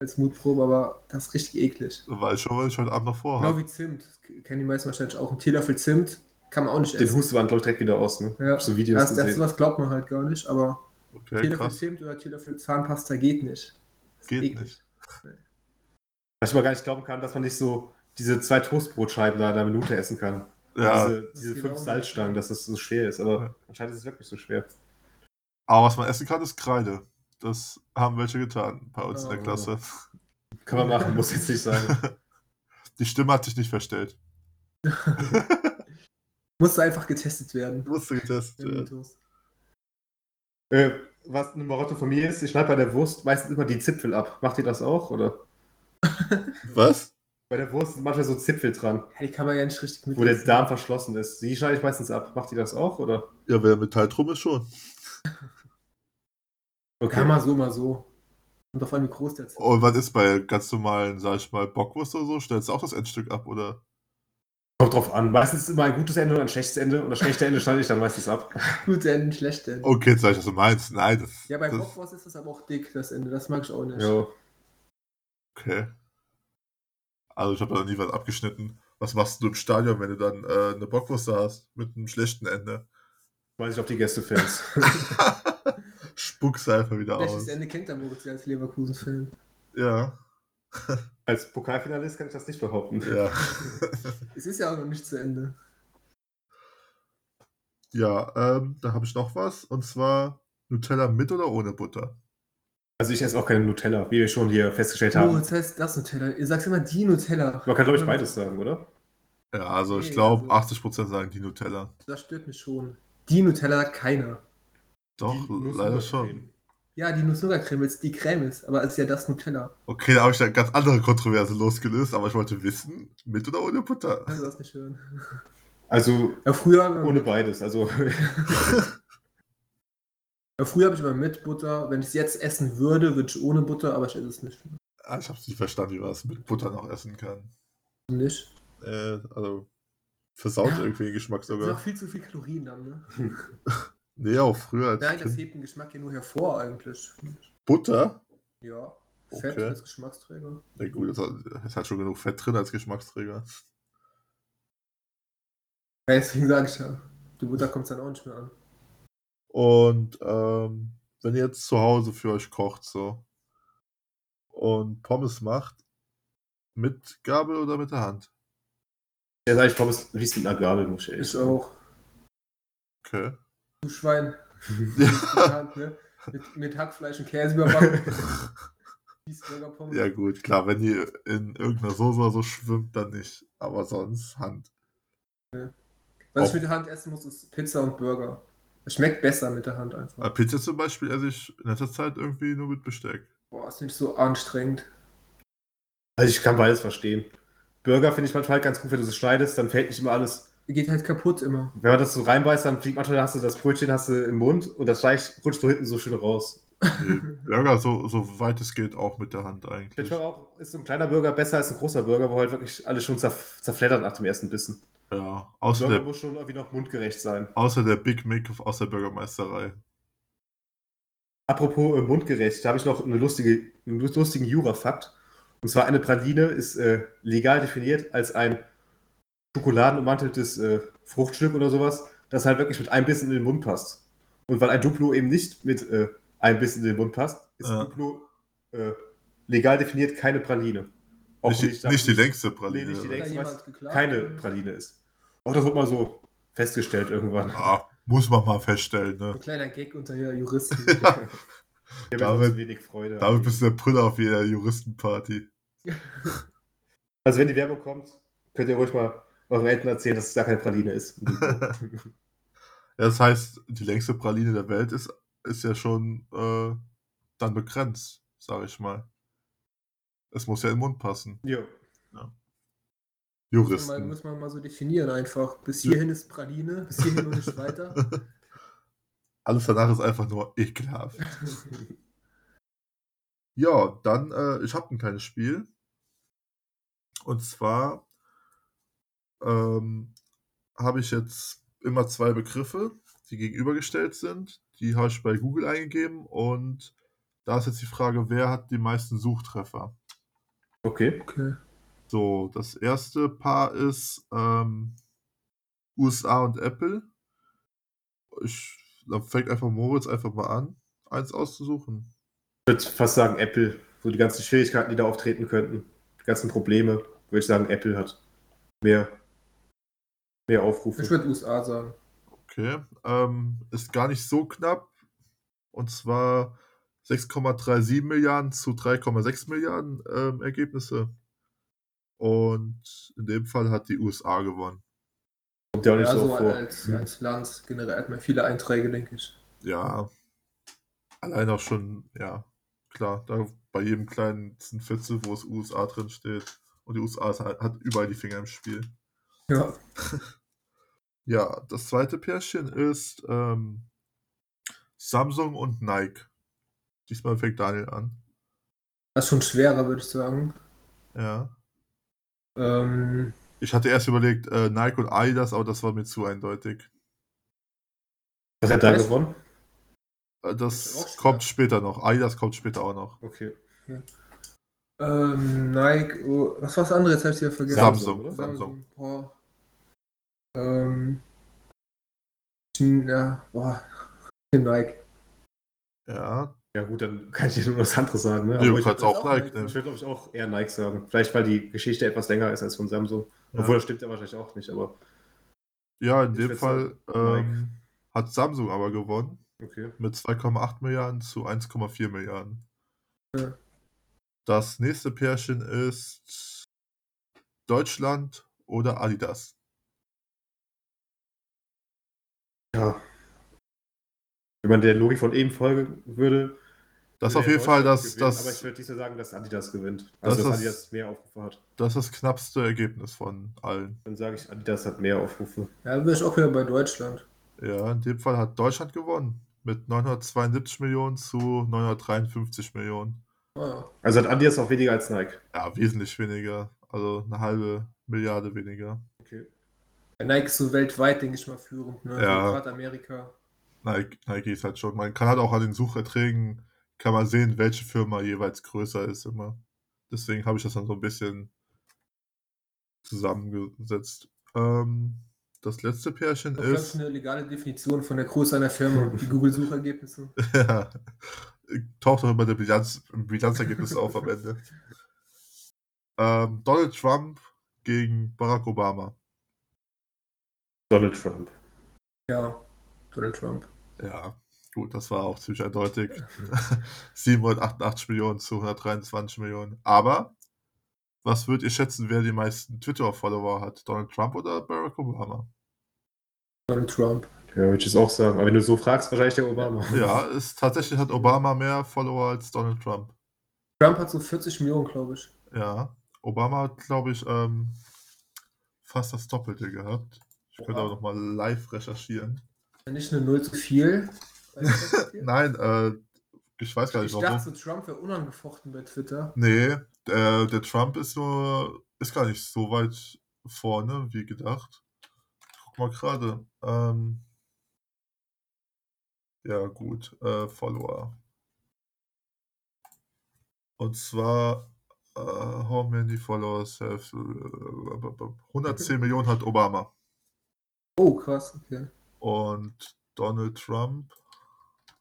Speaker 2: als Mutprobe, aber das ist richtig eklig.
Speaker 3: Weil schon, was ich heute Abend noch
Speaker 2: Genau
Speaker 1: Oh.
Speaker 3: vorhabe.
Speaker 2: wie Zimt. Das kennen die meisten wahrscheinlich auch. Ein Teelöffel Zimt kann man auch nicht
Speaker 1: Den
Speaker 2: essen.
Speaker 1: Husten waren, glaube ich, direkt wieder aus, ne?
Speaker 2: Ja.
Speaker 1: Hab so Videos
Speaker 2: Das, das
Speaker 1: gesehen.
Speaker 2: sowas glaubt man halt gar nicht, aber
Speaker 3: Okay,
Speaker 2: Teelöffel
Speaker 3: krass.
Speaker 2: Zimt oder Teelöffel Zahnpasta geht nicht. Das ist
Speaker 3: Geht
Speaker 2: eklig.
Speaker 3: nicht.
Speaker 1: Dass ich mal gar nicht glauben kann, dass man nicht so diese zwei Toastbrotscheiben da in einer Minute essen kann.
Speaker 3: Ja,
Speaker 1: Diese, diese
Speaker 2: Das geht
Speaker 1: fünf
Speaker 2: auch nicht.
Speaker 1: Salzstangen, dass das so schwer ist. Aber
Speaker 3: Ja.
Speaker 1: anscheinend ist es wirklich so schwer.
Speaker 3: Aber was man essen kann, ist Kreide. Das haben welche getan bei uns in der
Speaker 2: Oh.
Speaker 3: Klasse.
Speaker 1: Kann man machen, muss jetzt nicht sein.
Speaker 3: Die Stimme hat sich nicht verstellt.
Speaker 2: Musste einfach getestet werden.
Speaker 3: Musste getestet
Speaker 2: Der
Speaker 3: werden.
Speaker 2: Mythos.
Speaker 1: Äh, was eine Marotte von mir ist, ich schneide bei der Wurst meistens immer die Zipfel ab. Macht ihr das auch, oder?
Speaker 2: äh,
Speaker 3: Was?
Speaker 1: Bei der Wurst sind manchmal so Zipfel dran,
Speaker 2: Ja, die kann man ja nicht richtig mit.
Speaker 1: wo der Darm verschlossen ist. Die schneide ich meistens ab. Macht ihr das auch, oder?
Speaker 3: Ja, wenn er Metall drum ist, schon.
Speaker 2: Kann man so, mal so. Und auf allem, wie groß der Zahn
Speaker 3: Und was ist bei ganz normalen, sag ich mal, Bockwurst oder so? Stellst du auch das Endstück ab, oder?
Speaker 1: Kommt drauf an. Meistens ist immer ein gutes Ende und ein schlechtes Ende. Und das schlechte Ende schneide ich dann meistens ab.
Speaker 2: Gute Enden, schlechte
Speaker 1: Oh,
Speaker 2: Enden.
Speaker 3: Okay, jetzt sag ich, was du meinst. Nein, das.
Speaker 2: Ja, bei
Speaker 3: das,
Speaker 2: Bockwurst ist das aber auch dick, das Ende. Das mag ich auch nicht.
Speaker 1: Jo.
Speaker 3: Okay. Also, ich habe da noch nie was abgeschnitten. Was machst du im Stadion, wenn du dann äh, eine Bockwurst da hast? Mit einem schlechten Ende.
Speaker 1: Weiß ich, ob die Gäste Fans.
Speaker 3: Spuck's einfach wieder
Speaker 2: Schlechtes
Speaker 3: aus.
Speaker 2: Ende kennt der Moritz ja als Leverkusen-Fan.
Speaker 3: Ja.
Speaker 1: Als Pokalfinalist kann ich das nicht behaupten.
Speaker 3: Ja.
Speaker 2: Es ist ja auch noch nicht zu Ende.
Speaker 3: ja, ähm, da habe ich noch was. Und zwar Nutella mit oder ohne Butter?
Speaker 1: Also ich esse auch keine Nutella, wie wir schon hier festgestellt
Speaker 2: Oh,
Speaker 1: haben.
Speaker 2: das heißt das Nutella. Ihr sagt immer die Nutella.
Speaker 1: Man kann, glaube ich, beides sagen, oder?
Speaker 3: Ja, also ich
Speaker 2: Nee,
Speaker 3: glaube,
Speaker 2: also-
Speaker 3: 80% sagen die Nutella.
Speaker 2: Das stört mich schon. Die Nutella sagt keiner.
Speaker 3: Doch,
Speaker 1: Die Nuss
Speaker 3: leider
Speaker 1: oder
Speaker 3: schon.
Speaker 1: Creme.
Speaker 2: Ja, die Nuss-Nougat-Creme, weil es die Creme ist, aber es ist ja das Nutella.
Speaker 3: Okay, da habe ich eine ganz andere Kontroverse losgelöst, aber ich wollte wissen, mit oder ohne Butter?
Speaker 2: Also das ist nicht schön.
Speaker 1: Also
Speaker 2: Ja, früher haben wir
Speaker 1: ohne beides. Also
Speaker 2: Ja, früher habe ich immer mit Butter. Wenn ich es jetzt essen würde, würde ich ohne Butter, aber ich esse es nicht.
Speaker 3: Ah, ich habe es nicht verstanden, wie man es mit Butter noch essen kann.
Speaker 2: Nicht.
Speaker 3: Äh, also versaut
Speaker 2: Ja.
Speaker 3: irgendwie den Geschmack
Speaker 2: Das ist auch
Speaker 3: sogar.
Speaker 2: viel zu viel Kalorien dann, ne?
Speaker 3: Nee, auch früher als
Speaker 2: Nein, das
Speaker 3: Kind.
Speaker 2: hebt den Geschmack ja nur hervor eigentlich.
Speaker 3: Butter?
Speaker 2: Ja.
Speaker 3: Okay.
Speaker 2: Fett als Geschmacksträger.
Speaker 3: Na gut, es hat, es hat schon genug Fett drin als Geschmacksträger.
Speaker 2: Ja, deswegen sage ich ja. Die Butter kommt dann auch nicht mehr an.
Speaker 3: Und ähm, wenn ihr jetzt zu Hause für euch kocht so und Pommes macht, mit Gabel oder mit der Hand?
Speaker 1: ja, sag ich, Pommes riecht mit einer Gabel, muss ich ehrlich
Speaker 2: Ich
Speaker 1: sagen.
Speaker 2: auch.
Speaker 3: Okay.
Speaker 2: Du Schwein.
Speaker 3: Ja,
Speaker 2: ne? mit, mit Hackfleisch und Käse überbacken. Cheeseburger Pommes.
Speaker 3: ja gut, klar, wenn die in irgendeiner Soße oder so schwimmt, dann nicht. Aber sonst Hand.
Speaker 2: Was ich mit der Hand essen muss, ist Pizza und Burger. Das schmeckt besser mit der Hand einfach.
Speaker 3: Äh, Pizza zum Beispiel esse ich in letzter Zeit irgendwie nur mit Besteck.
Speaker 2: Boah, ist nicht so anstrengend.
Speaker 1: Also ich kann beides verstehen. Burger finde ich manchmal halt ganz gut, wenn du es schneidest, dann fällt nicht immer alles.
Speaker 2: Geht halt kaputt immer.
Speaker 1: Wenn man das so reinbeißt, dann fliegt manchmal, hast du das Brötchen hast du im Mund und das Fleisch rutscht so hinten so schön raus.
Speaker 3: Nee, Burger, so, so weit es geht, auch mit der Hand eigentlich.
Speaker 1: Manchmal auch ist so ein kleiner Burger besser als ein großer Burger, wo halt wirklich alle schon zerf zerfleddert nach dem ersten Bissen.
Speaker 3: Ja, außer
Speaker 1: Burger
Speaker 3: der,
Speaker 1: muss schon irgendwie noch mundgerecht sein.
Speaker 3: außer der Big Mac aus der Bürgermeisterei.
Speaker 1: Apropos äh, mundgerecht, da habe ich noch eine lustige, einen lustigen Jura-Fakt. Und zwar eine Praline ist äh, legal definiert als ein schokoladenummanteltes äh, Fruchtstück oder sowas, das halt wirklich mit einem Bissen in den Mund passt. Und weil ein Duplo eben nicht mit äh, einem Bissen in den Mund passt, ist
Speaker 3: Ja.
Speaker 1: Duplo äh, legal definiert keine Praline. Auch
Speaker 3: Nicht, die- nicht die längste Praline.
Speaker 1: Nee, nicht die
Speaker 2: Hat da
Speaker 1: längste.
Speaker 2: jemand
Speaker 1: was
Speaker 2: geklagt?
Speaker 1: keine Praline ist. Auch das wird mal so festgestellt irgendwann.
Speaker 3: Ah, muss man mal feststellen, ne?
Speaker 2: Ein kleiner Gag unter ja, Juristen.
Speaker 1: Ich habe
Speaker 3: Damit-
Speaker 1: jetzt wenig Freude. an
Speaker 3: Damit
Speaker 1: dem.
Speaker 3: bist du der Brüller auf jeder Juristenparty.
Speaker 1: Also wenn die Werbung kommt, könnt ihr ruhig mal euren Eltern erzählen, dass es da keine Praline ist.
Speaker 3: Das heißt, die längste Praline der Welt ist, ist ja schon äh, dann begrenzt, sage ich mal. Es muss ja im Mund passen.
Speaker 1: jo.
Speaker 2: muss, man mal,
Speaker 3: Juristen.
Speaker 2: muss man mal so definieren einfach. Bis hierhin ist Praline, bis hierhin und nicht weiter.
Speaker 3: Alles danach ist einfach nur ekelhaft. Ja, dann, äh, ich habe ein kleines Spiel. Und zwar ähm, habe ich jetzt immer zwei Begriffe, die gegenübergestellt sind. Die habe ich bei Google eingegeben und da ist jetzt die Frage, wer hat die meisten Suchtreffer?
Speaker 1: Okay.
Speaker 2: Okay.
Speaker 3: So, das erste Paar ist ähm, USA und Apple. Ich, dann fängt einfach Moritz einfach mal an, eins auszusuchen.
Speaker 1: Ich würde fast sagen Apple. So die ganzen Schwierigkeiten, die da auftreten könnten. Die ganzen Probleme, würde ich sagen, Apple hat mehr, mehr Aufrufe.
Speaker 2: Ich würde USA sagen.
Speaker 3: Okay, ähm, ist gar nicht so knapp. Und zwar 6,37 Milliarden zu 3,6 Milliarden ähm, Ergebnisse. Und in dem Fall hat die USA gewonnen.
Speaker 1: Kommt ja auch nicht
Speaker 2: Ja,
Speaker 1: so
Speaker 2: so
Speaker 1: vor. Hm.
Speaker 2: als, als Land generell hat man viele Einträge, denke ich.
Speaker 3: Ja, allein auch schon, ja, klar, da bei jedem kleinen Viertel, wo es USA drin steht. Und die USA ist, halt- hat überall die Finger im Spiel.
Speaker 2: Ja.
Speaker 3: Ja, das zweite Pärchen ist ähm, Samsung und Nike. Diesmal fängt Daniel an.
Speaker 2: Das ist schon schwerer, würde ich sagen.
Speaker 3: Ja.
Speaker 2: Ähm,
Speaker 3: Ich hatte erst überlegt, äh, Nike und Adidas, aber das war mir zu eindeutig.
Speaker 1: Was hat da
Speaker 2: Weißt-
Speaker 1: gewonnen?
Speaker 3: Äh,
Speaker 2: Ist auch
Speaker 3: das
Speaker 2: schwer.
Speaker 3: kommt später noch. Adidas kommt später auch noch.
Speaker 1: Okay.
Speaker 2: ähm, Nike, oh, was war das andere? Jetzt habe ich wieder vergessen.
Speaker 1: Samsung,
Speaker 3: Samsung.
Speaker 1: oder?
Speaker 3: Samsung.
Speaker 2: Boah. Ähm, China, boah. Nike.
Speaker 3: Ja,
Speaker 1: Ja, gut, dann kann ich dir nur was anderes sagen. Ne?
Speaker 3: Nee,
Speaker 1: Aber
Speaker 3: du
Speaker 1: ich
Speaker 3: kannst
Speaker 1: würde,
Speaker 2: würd auch
Speaker 3: auch Nike ne?
Speaker 2: Nike
Speaker 1: ich
Speaker 3: nehmen.
Speaker 1: würde, glaube ich, auch eher Nike sagen. Vielleicht, weil die Geschichte etwas länger ist als von Samsung. Obwohl, das stimmt ja wahrscheinlich auch nicht, aber
Speaker 3: Ja, in
Speaker 1: Ich
Speaker 3: dem
Speaker 1: würd
Speaker 3: Fall
Speaker 1: Nike.
Speaker 3: ähm, hat Samsung aber gewonnen
Speaker 1: okay.
Speaker 3: mit 2,8 Milliarden zu 1,4 Milliarden.
Speaker 2: Ja.
Speaker 3: Das nächste Pärchen ist Deutschland oder Adidas.
Speaker 1: Ja. Wenn man der Logik von eben folgen würde.
Speaker 3: Das ist
Speaker 1: würde
Speaker 3: auf
Speaker 1: ja
Speaker 3: jeden Fall
Speaker 1: Deutschland
Speaker 3: das,
Speaker 1: gewinnen, aber
Speaker 3: das,
Speaker 1: ich würde diesmal sagen, dass Adidas gewinnt.
Speaker 3: Das
Speaker 1: Also, dass
Speaker 3: ist-
Speaker 1: Adidas mehr Aufrufe hat.
Speaker 3: das, ist das knappste Ergebnis von allen.
Speaker 1: Dann sage ich, Adidas hat mehr Aufrufe.
Speaker 2: Ja, dann bin ich auch wieder bei Deutschland.
Speaker 3: Ja, in dem Fall hat Deutschland gewonnen mit 972 Millionen zu 953 Millionen.
Speaker 2: Ah, ja.
Speaker 1: Also hat Adidas auch weniger als Nike.
Speaker 3: Ja, wesentlich weniger. Also eine halbe Milliarde weniger.
Speaker 1: Okay.
Speaker 2: Ja, Nike ist so weltweit, denke ich mal, führend. Ne?
Speaker 3: Ja.
Speaker 2: So Gerade Amerika.
Speaker 3: Nike, Nike ist halt schon. Man kann halt auch an den Sucherträgen kann man sehen, welche Firma jeweils größer ist immer. Deswegen habe ich das dann so ein bisschen zusammengesetzt. Ähm, das letzte Pärchen
Speaker 2: Das ist
Speaker 3: ist
Speaker 2: eine legale Definition von der Größe einer Firma und die Google-Suchergebnisse.
Speaker 3: ja, taucht doch immer der Bilanz, im Bilanzergebnis auf am Ende. Ähm, Donald Trump gegen Barack Obama.
Speaker 1: Donald Trump.
Speaker 2: Ja, Donald Trump.
Speaker 3: Ja, gut, das war auch ziemlich eindeutig. 788 Millionen zu 123 Millionen. Aber was würdet ihr schätzen, wer die meisten Twitter-Follower hat? Donald Trump oder Barack Obama?
Speaker 2: Donald Trump.
Speaker 1: Ja, würde ich es auch sagen. Aber wenn du so fragst, wahrscheinlich der Obama.
Speaker 3: Ja, ist, tatsächlich hat Obama mehr Follower als Donald Trump.
Speaker 2: Trump hat so 40 Millionen, glaube ich.
Speaker 3: Ja, Obama hat, glaube ich, ähm, fast das Doppelte gehabt. Ich könnte
Speaker 2: Oha.
Speaker 3: aber nochmal live recherchieren.
Speaker 2: Ja, Nicht eine Null zu viel.
Speaker 3: Nein, äh, ich weiß gar nicht
Speaker 2: Ich
Speaker 3: warum.
Speaker 2: dachte, so Trump wäre unangefochten bei Twitter.
Speaker 3: Nee, äh, der Trump ist nur, ist gar nicht so weit vorne, wie gedacht. Guck mal gerade. Ähm, ja, gut, äh, Follower. Und zwar, äh, how many followers have, äh, 110 Millionen hat Obama.
Speaker 2: Oh, krass. Okay.
Speaker 3: Und Donald Trump.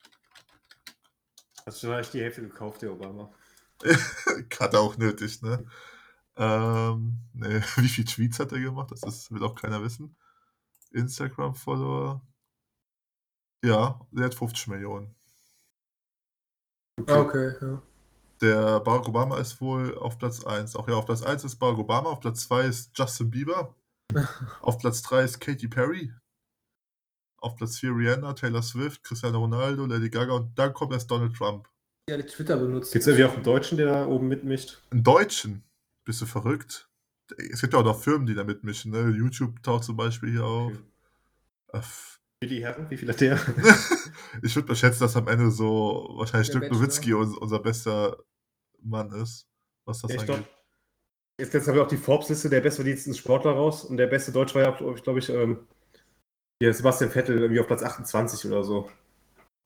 Speaker 1: Hast du vielleicht die Hälfte gekauft, der Obama?
Speaker 3: Hat er auch nötig, ne? Ähm, ne, wie viel Tweets hat er gemacht? Das ist, will auch keiner wissen. Instagram-Follower. Ja, der hat 50 Millionen.
Speaker 2: Ah, okay, ja.
Speaker 3: Der Barack Obama ist wohl auf Platz 1. Auch ja, auf Platz 1 ist Barack Obama, auf Platz 2 ist Justin Bieber, auf Platz 3 ist Katy Perry, auf Platz 4 Rihanna, Taylor Swift, Cristiano Ronaldo, Lady Gaga und dann kommt erst Donald Trump.
Speaker 2: Die alle Twitter benutzt.
Speaker 1: Gibt es irgendwie auch einen Deutschen, der da oben mitmischt?
Speaker 3: Einen Deutschen? Bist du verrückt? Es gibt ja auch noch Firmen, die da mitmischen. Ne? YouTube taucht zum Beispiel hier auf.
Speaker 1: Okay.
Speaker 3: Äh, f-
Speaker 1: Billy Herren? Wie viel hat der?
Speaker 3: Ich würde mal schätzen, dass am Ende so wahrscheinlich
Speaker 2: Der
Speaker 3: Dirk
Speaker 2: Bachelor.
Speaker 3: Nowitzki uns, unser bester Mann ist, was das
Speaker 1: Ja, ich
Speaker 3: angeht.
Speaker 1: glaub, jetzt jetzt haben wir auch die Forbes-Liste der bestverdiensten Sportler raus und der beste Deutsche war ja, glaube ich, glaub ich ähm, hier Sebastian Vettel irgendwie auf Platz 28 oder so.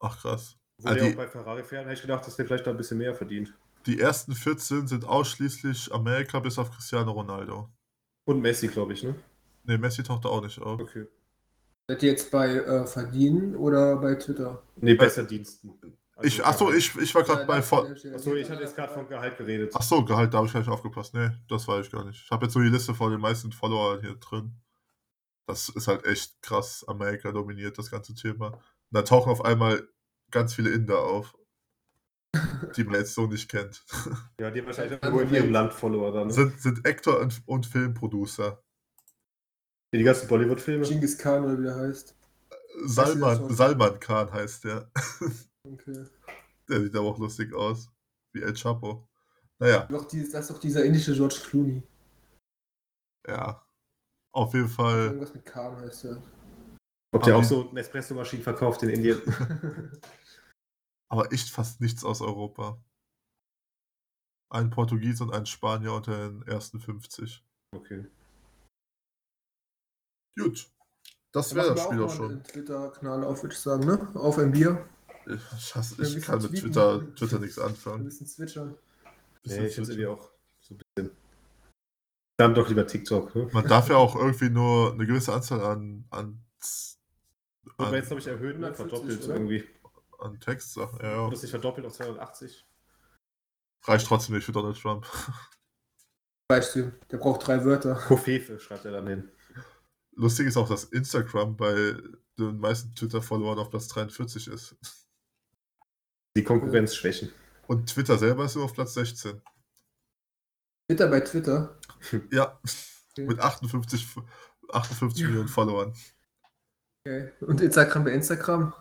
Speaker 3: Ach krass.
Speaker 1: Wo
Speaker 3: Ah,
Speaker 1: der
Speaker 3: die-
Speaker 1: auch bei Ferrari fährt, hätte ich gedacht, dass der vielleicht da ein bisschen mehr verdient.
Speaker 3: Die ersten 14 sind ausschließlich Amerika bis auf Cristiano Ronaldo.
Speaker 1: Und Messi, glaube ich, ne?
Speaker 3: Ne, Messi taucht da auch nicht auf.
Speaker 1: Okay.
Speaker 2: Seid ihr jetzt bei äh, Verdienen oder bei Twitter?
Speaker 1: Nee, bestverdiensten. Also,
Speaker 3: Ich, achso, ich, ich war gerade
Speaker 2: Äh,
Speaker 3: bei.
Speaker 2: da-
Speaker 3: Fo-
Speaker 2: da steht-
Speaker 1: Achso, ich hatte jetzt gerade von Gehalt geredet.
Speaker 3: Achso, Gehalt, da habe ich gar nicht aufgepasst. Nee, das war ich gar nicht. Ich habe jetzt so die Liste von den meisten Followern hier drin. Das ist halt echt krass. Amerika dominiert das ganze Thema. Und da tauchen auf einmal ganz viele Inder auf, die man jetzt so nicht kennt.
Speaker 1: Ja, die haben wahrscheinlich auch nur in ihrem Land Follower dann. Ne?
Speaker 3: sind, sind Actor und, und Filmproducer.
Speaker 1: Die ganzen Bollywood-Filme.
Speaker 2: Genghis Khan oder wie der heißt.
Speaker 3: Salman,
Speaker 2: schon?
Speaker 3: Salman Khan heißt der.
Speaker 2: Okay.
Speaker 3: Der sieht aber auch lustig aus. Wie El Chapo. Naja,
Speaker 2: Doch, dieses, das ist doch dieser indische George Clooney.
Speaker 3: ja. Auf jeden Fall.
Speaker 2: Irgendwas mit Khan heißt er.
Speaker 1: Ob der
Speaker 3: Aber-
Speaker 1: auch so Nespresso-Maschinen verkauft in Indien.
Speaker 3: Aber echt fast nichts aus Europa. Ein Portugies und ein Spanier unter den ersten 50.
Speaker 1: Okay.
Speaker 3: Gut. Das
Speaker 2: Da
Speaker 3: wäre
Speaker 2: machen
Speaker 3: das
Speaker 2: wir
Speaker 3: Spiel
Speaker 2: mal
Speaker 3: auch schon.
Speaker 2: einen Twitter-Kanal auf, würde ich sagen, ne? Auf ein Bier.
Speaker 3: Ich, hasse,
Speaker 2: Wir
Speaker 3: ich
Speaker 2: müssen
Speaker 3: kann mit
Speaker 2: tweeten.
Speaker 3: Twitter, Twitter nichts
Speaker 2: Ein
Speaker 3: anfangen.
Speaker 2: bisschen zwitschern.
Speaker 1: Nee, ich finde es irgendwie
Speaker 3: Bisschen-
Speaker 1: auch so ein bisschen. Dann doch lieber TikTok, ne?
Speaker 3: Man darf ja auch irgendwie nur eine gewisse Anzahl an. an,
Speaker 1: Wobei
Speaker 3: an
Speaker 1: Ah. jetzt, glaube ich, erhöhen, dann
Speaker 2: 140,
Speaker 1: verdoppelt
Speaker 2: oder?
Speaker 1: irgendwie.
Speaker 3: an Textsachen. Ja, ja.
Speaker 1: Wurde sich verdoppelt auf 280.
Speaker 3: Reicht trotzdem nicht für Donald Trump.
Speaker 2: Weißt du, der braucht drei Wörter.
Speaker 1: Kofefe schreibt er dann hin.
Speaker 3: Lustig ist auch, dass Instagram bei den meisten Twitter-Followern auf Platz 43 ist.
Speaker 1: Die Konkurrenz schwächen.
Speaker 3: Und Twitter selber ist nur auf Platz 16.
Speaker 2: Twitter bei Twitter.
Speaker 3: Ja,
Speaker 2: Okay.
Speaker 1: Hm.
Speaker 3: mit 58, F- 58 Millionen Followern.
Speaker 2: Okay. Und Instagram bei Instagram.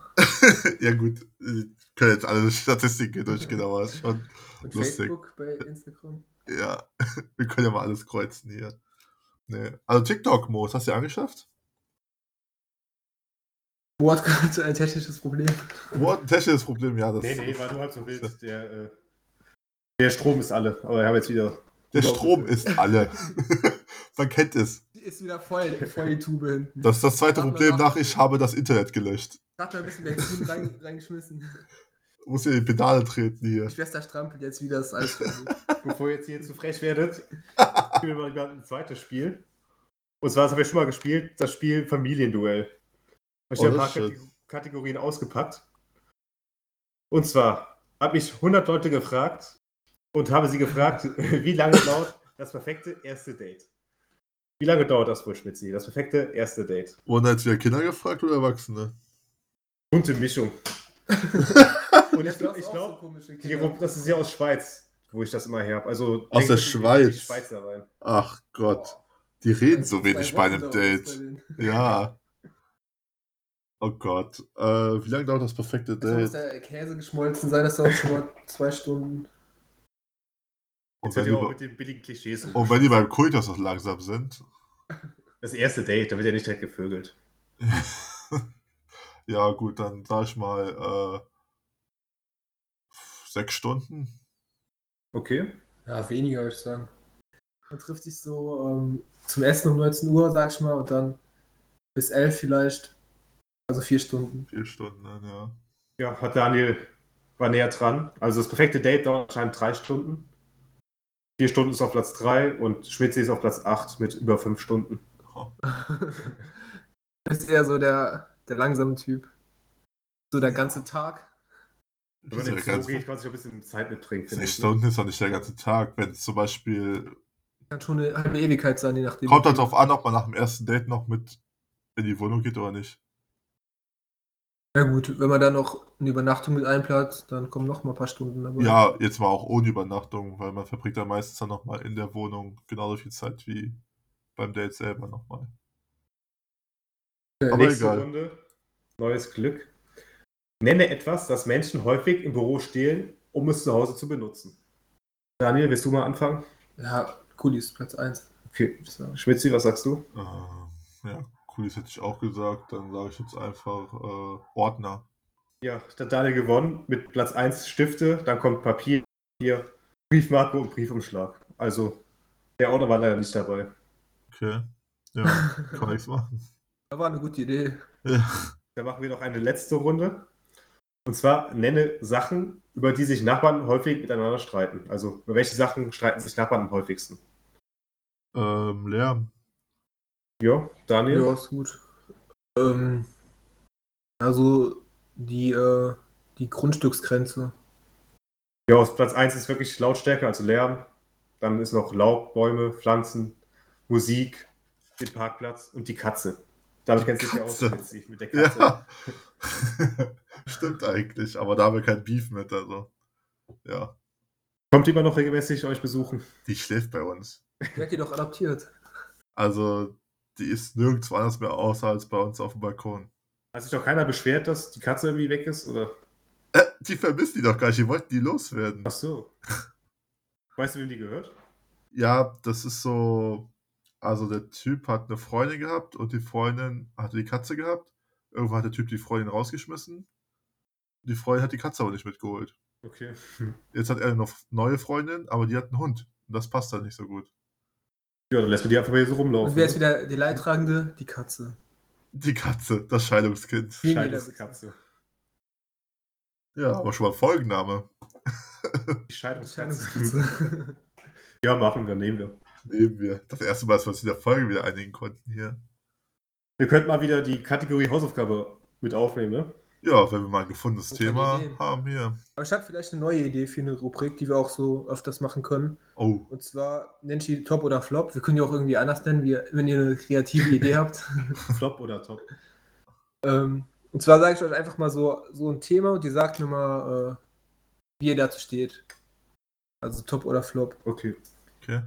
Speaker 3: ja, gut. äh, Können jetzt alle Statistiken durchgehen, aber ist schon.
Speaker 2: Und
Speaker 3: Lustig.
Speaker 2: Facebook bei Instagram.
Speaker 3: Ja, wir können ja mal alles kreuzen hier. Nee. Also TikTok, Mo, das hast du ja angeschafft?
Speaker 2: Wo hat gerade ein technisches Problem?
Speaker 3: Mo hat ein technisches Problem, ja. Das
Speaker 1: Nee, nee, war nur halb so wild. Der, äh, der Strom ist alle. Aber wir haben jetzt wieder.
Speaker 3: Der Strom ist alle. Man kennt es.
Speaker 2: Die ist wieder voll, voll die Tube hinten.
Speaker 3: Das ist das zweite
Speaker 2: Machen wir
Speaker 3: Problem
Speaker 2: nach-
Speaker 3: nach, ich habe das Internet gelöscht.
Speaker 2: Gerade mal ein bisschen Benzin rein, reingeschmissen.
Speaker 3: Muss in die Pedale treten hier.
Speaker 2: Die Schwester strampelt jetzt wieder das ist alles. versucht.
Speaker 1: Bevor ihr jetzt hier zu frech werdet, spielen wir mal gerade ein zweites Spiel. Und zwar, das haben wir schon mal gespielt, das Spiel Familienduell. Ich
Speaker 3: Oh,
Speaker 1: habe ein paar
Speaker 3: das ist
Speaker 1: Kate Kategorien ausgepackt. Und zwar habe ich 100 Leute gefragt und habe sie gefragt, wie lange dauert das perfekte erste Date? Wie lange dauert das wohl, Schmitzi? Das perfekte erste Date.
Speaker 3: Wurden da jetzt wieder Kinder gefragt oder Erwachsene?
Speaker 1: Bunte Mischung. und ich
Speaker 2: Du hast
Speaker 1: glaube, ich
Speaker 2: auch
Speaker 1: glaub,
Speaker 2: so komische
Speaker 1: Die,
Speaker 2: Kinder.
Speaker 1: das ist ja aus Schweiz, wo ich das immer her habe. Also,
Speaker 3: Aus der
Speaker 1: denke ich,
Speaker 3: Schweiz.
Speaker 1: Die Schweizer Wein.
Speaker 3: Ach Gott, die reden so
Speaker 2: Zwei
Speaker 3: wenig
Speaker 2: Wochen
Speaker 3: bei einem
Speaker 2: dauert das bei
Speaker 3: Date.
Speaker 2: denen.
Speaker 3: Ja. Oh Gott. Äh, wie lange dauert das perfekte
Speaker 2: Jetzt muss
Speaker 3: Date?
Speaker 2: der Käse geschmolzen sein, das dauert schon mal zwei Stunden.
Speaker 3: Und
Speaker 1: Jetzt hört
Speaker 3: wenn,
Speaker 1: ihr auch
Speaker 3: die,
Speaker 1: mit den billigen Klischees.
Speaker 3: und wenn die beim Kultus noch langsam sind?
Speaker 1: Das erste Date, da wird ja nicht direkt gevögelt.
Speaker 3: ja, gut, dann sag ich mal äh, sechs Stunden.
Speaker 1: Okay.
Speaker 2: Ja, weniger, würde ich sagen. Man trifft sich so ähm, zum Essen um 19 Uhr, sag ich mal, und dann bis 11 vielleicht. Also vier Stunden.
Speaker 3: Vier Stunden, dann, ja.
Speaker 1: Ja, hat Daniel war näher dran. Also das perfekte Date dauert anscheinend drei Stunden. Vier Stunden ist auf Platz drei und Schmitzi ist auf Platz acht mit über fünf Stunden.
Speaker 2: Ist eher so der, der langsame Typ. So der ganze Tag.
Speaker 1: Wenn man
Speaker 3: Das ist ja
Speaker 1: jetzt so
Speaker 3: ganz-
Speaker 1: geht, kann man sich auch ein bisschen Zeit mitbringen. finde
Speaker 3: Sechs
Speaker 1: ich.
Speaker 3: Stunden ist doch nicht der ganze Tag. Wenn es zum Beispiel.
Speaker 2: Kann schon eine, eine Ewigkeit sein, je nachdem.
Speaker 3: Kommt halt drauf an, ob man nach dem ersten Date noch mit in die Wohnung geht oder nicht.
Speaker 2: Ja gut, wenn man dann noch eine Übernachtung mit einplant, dann kommen noch mal ein paar Stunden. Aber
Speaker 3: Ja, jetzt mal auch ohne Übernachtung, weil man verbringt ja meistens dann nochmal in der Wohnung genauso viel Zeit wie beim Date selber nochmal.
Speaker 2: Okay.
Speaker 3: Aber
Speaker 1: Nächste
Speaker 3: egal.
Speaker 1: Runde. Neues Glück. Nenne etwas, das Menschen häufig im Büro stehlen, um es zu Hause zu benutzen. Daniel, willst du mal anfangen?
Speaker 2: ja Kulis, Platz 1.
Speaker 1: Okay. Schmitzi, was sagst du?
Speaker 3: Ähm, ja, cooles hätte ich auch gesagt. Dann sage ich jetzt einfach äh, Ordner.
Speaker 1: Ja, hat Daniel gewonnen mit Platz 1 Stifte, dann kommt Papier, hier, Briefmarke und Briefumschlag. Also der Ordner war leider nicht dabei.
Speaker 3: Okay. Ja, kann nichts machen.
Speaker 2: Da war eine gute Idee.
Speaker 3: Ja.
Speaker 1: Dann machen wir noch eine letzte Runde. Und zwar nenne Sachen, über die sich Nachbarn häufig miteinander streiten. Also über welche Sachen streiten sich Nachbarn am häufigsten?
Speaker 3: Ähm, Lärm.
Speaker 1: Jo,
Speaker 2: Ja,
Speaker 1: Daniel?
Speaker 2: ist gut. Ähm, also die, äh, die Grundstücksgrenze.
Speaker 1: Ja, auf Platz 1 ist wirklich Lautstärke, also Lärm. Dann ist noch Laub, Bäume, Pflanzen, Musik, den Parkplatz und die Katze. Damit kennst du dich ja aus,
Speaker 3: Katze.
Speaker 1: Fritzi, mit der Katze.
Speaker 3: Ja. Stimmt eigentlich, aber da haben wir kein Beef mit, also. Ja,
Speaker 1: Kommt immer noch regelmäßig euch besuchen?
Speaker 3: die schläft bei uns.
Speaker 2: Die hat die doch adaptiert.
Speaker 3: Also, die ist nirgendwo anders mehr außer als bei uns auf dem Balkon.
Speaker 1: Hat sich doch keiner beschwert, dass die Katze irgendwie weg ist? Oder?
Speaker 3: Äh, die vermisst die doch gar nicht, die wollten die loswerden.
Speaker 1: Ach so. Weißt du, wem die gehört?
Speaker 3: Ja, das ist so. Also, der Typ hat eine Freundin gehabt und die Freundin hatte die Katze gehabt. Irgendwann hat der Typ die Freundin rausgeschmissen. Die Freundin hat die Katze aber nicht mitgeholt.
Speaker 1: Okay.
Speaker 3: Jetzt hat er eine noch neue Freundin, aber die hat einen Hund. Und das passt dann nicht so gut.
Speaker 1: Ja, dann lässt man die einfach mal hier so
Speaker 2: Und
Speaker 1: rumlaufen. ne?
Speaker 2: wer ist wieder die Leidtragende? Die Katze.
Speaker 3: Die Katze, das Scheidungskind.
Speaker 2: Wie
Speaker 1: Scheiße Katze.
Speaker 3: Ja, aber schon mal Folgenname.
Speaker 1: Die
Speaker 2: Die
Speaker 1: Scheidungskatze.
Speaker 2: Scheidungskatze.
Speaker 1: Ja, machen wir, nehmen wir.
Speaker 3: Nehmen wir. Das erste Mal, dass wir uns in der Folge wieder einigen konnten hier.
Speaker 1: Wir könnten mal wieder die Kategorie Hausaufgabe mit aufnehmen, ne?
Speaker 3: Ja, wenn wir mal ein gefundenes
Speaker 2: Gute
Speaker 3: Thema
Speaker 2: Idee.
Speaker 3: haben hier.
Speaker 2: Aber ich habe vielleicht eine neue Idee für eine Rubrik, die wir auch so öfters machen können.
Speaker 3: Oh,
Speaker 2: Und zwar nennt ihr die Top oder Flop. Wir können die auch irgendwie anders nennen, wie, wenn ihr eine kreative Idee habt.
Speaker 1: Flop oder Top?
Speaker 2: Ähm, und zwar sage ich euch einfach mal so, so ein Thema und ihr sagt mir mal, äh, wie ihr dazu steht. Also Top oder Flop.
Speaker 1: Okay.
Speaker 3: okay.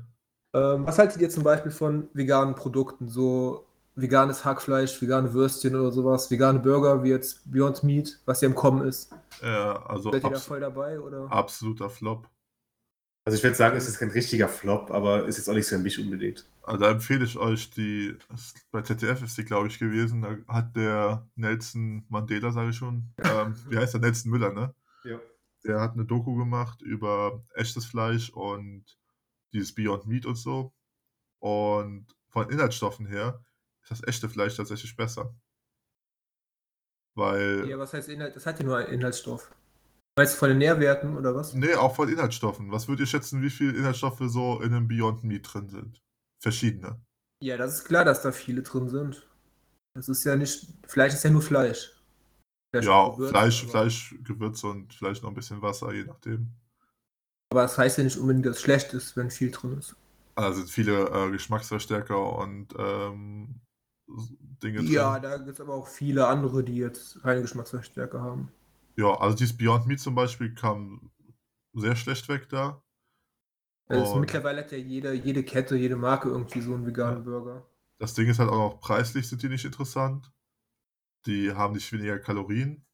Speaker 2: Ähm, was haltet ihr zum Beispiel von veganen Produkten? So veganes Hackfleisch, vegane Würstchen oder sowas, vegane Burger wie jetzt Beyond Meat, was ja im Kommen ist.
Speaker 3: Äh, also
Speaker 2: Seid ihr da
Speaker 3: abs-
Speaker 2: voll dabei? Oder?
Speaker 3: absoluter Flop.
Speaker 1: Also ich würde sagen, es ist kein richtiger Flop, aber ist jetzt auch nichts für mich unbedingt.
Speaker 3: Also, da empfehle ich euch die, bei ZDF ist die, glaube ich, gewesen, da hat der Nelson Mandela, sage ich schon, ähm, wie heißt der, Nelson Müller, ne?
Speaker 1: Ja.
Speaker 3: Der hat eine Doku gemacht über echtes Fleisch und dieses Beyond Meat und so. Und von Inhaltsstoffen her ist das echte Fleisch tatsächlich besser. Weil,
Speaker 2: Ja, was heißt Inhalt? Das hat ja nur einen Inhaltsstoff. Weißt du von den Nährwerten oder was?
Speaker 3: nee, auch von Inhaltsstoffen. Was würdet ihr schätzen, wie viele Inhaltsstoffe so in einem Beyond Meat drin sind? Verschiedene.
Speaker 2: Ja, das ist klar, dass da viele drin sind. Das ist ja nicht. Fleisch ist ja nur Fleisch. Fleisch
Speaker 3: ja,
Speaker 2: und Gewürze,
Speaker 3: Fleisch,
Speaker 2: aber-
Speaker 3: Fleisch, Gewürze und vielleicht noch ein bisschen Wasser, je nachdem.
Speaker 2: Aber das heißt ja nicht unbedingt, dass es schlecht ist, wenn viel drin ist.
Speaker 3: Also sind viele äh, Geschmacksverstärker und ähm, s- Dinge
Speaker 2: Ja,
Speaker 3: drin.
Speaker 2: da gibt es aber auch viele andere, die jetzt keine Geschmacksverstärker haben.
Speaker 3: Ja, also dieses Beyond Meat zum Beispiel kam sehr schlecht weg da.
Speaker 2: Also
Speaker 3: Und
Speaker 2: mittlerweile hat ja jede, jede Kette, jede Marke irgendwie so einen veganen Burger.
Speaker 3: das Ding ist halt auch noch preislich sind die nicht interessant. Die haben nicht weniger Kalorien.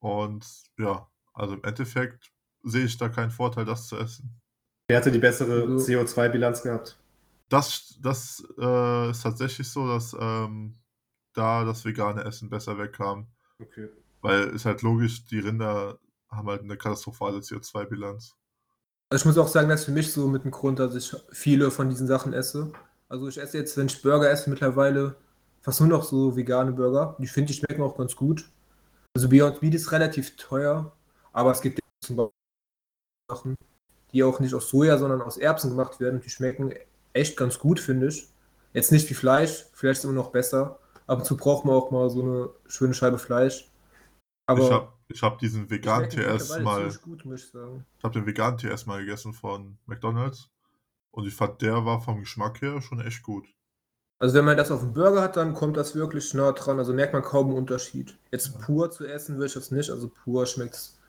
Speaker 3: Und ja, also im Endeffekt sehe ich da keinen Vorteil, das zu essen.
Speaker 1: Wer hatte die bessere
Speaker 2: Also-
Speaker 1: CO2-Bilanz gehabt?
Speaker 3: Das, das äh, ist tatsächlich so, dass ähm, da das vegane Essen besser wegkam.
Speaker 1: Okay.
Speaker 3: Weil ist halt logisch, die Rinder haben halt eine katastrophale CO2-Bilanz.
Speaker 2: Also ich muss auch sagen, das ist für mich so mit dem Grund, dass ich viele von diesen Sachen esse. Also ich esse jetzt, wenn ich Burger esse, mittlerweile fast nur noch so vegane Burger. Die finde ich schmecken auch ganz gut. Also Beyond Meat ist relativ teuer, aber es gibt zum Beispiel Sachen, die auch nicht aus Soja, sondern aus Erbsen gemacht werden. Die schmecken echt ganz gut, finde ich. Jetzt nicht wie Fleisch, vielleicht ist immer noch besser. Ab und zu braucht man auch mal so eine schöne Scheibe Fleisch.
Speaker 3: ich
Speaker 2: Aber
Speaker 3: habe ich hab diesen
Speaker 2: die schmecken
Speaker 3: veganen TS
Speaker 2: mittlerweile
Speaker 3: mal,
Speaker 2: ziemlich gut, muss ich sagen.
Speaker 3: ich hab den veganen TS mal gegessen von McDonald's und ich fand, der war vom Geschmack her schon echt gut.
Speaker 2: Also wenn man das auf dem Burger hat, dann kommt das wirklich nah dran. Also merkt man kaum einen Unterschied. Jetzt
Speaker 3: Ja.
Speaker 2: pur zu essen würde ich das nicht. Also pur schmeckt es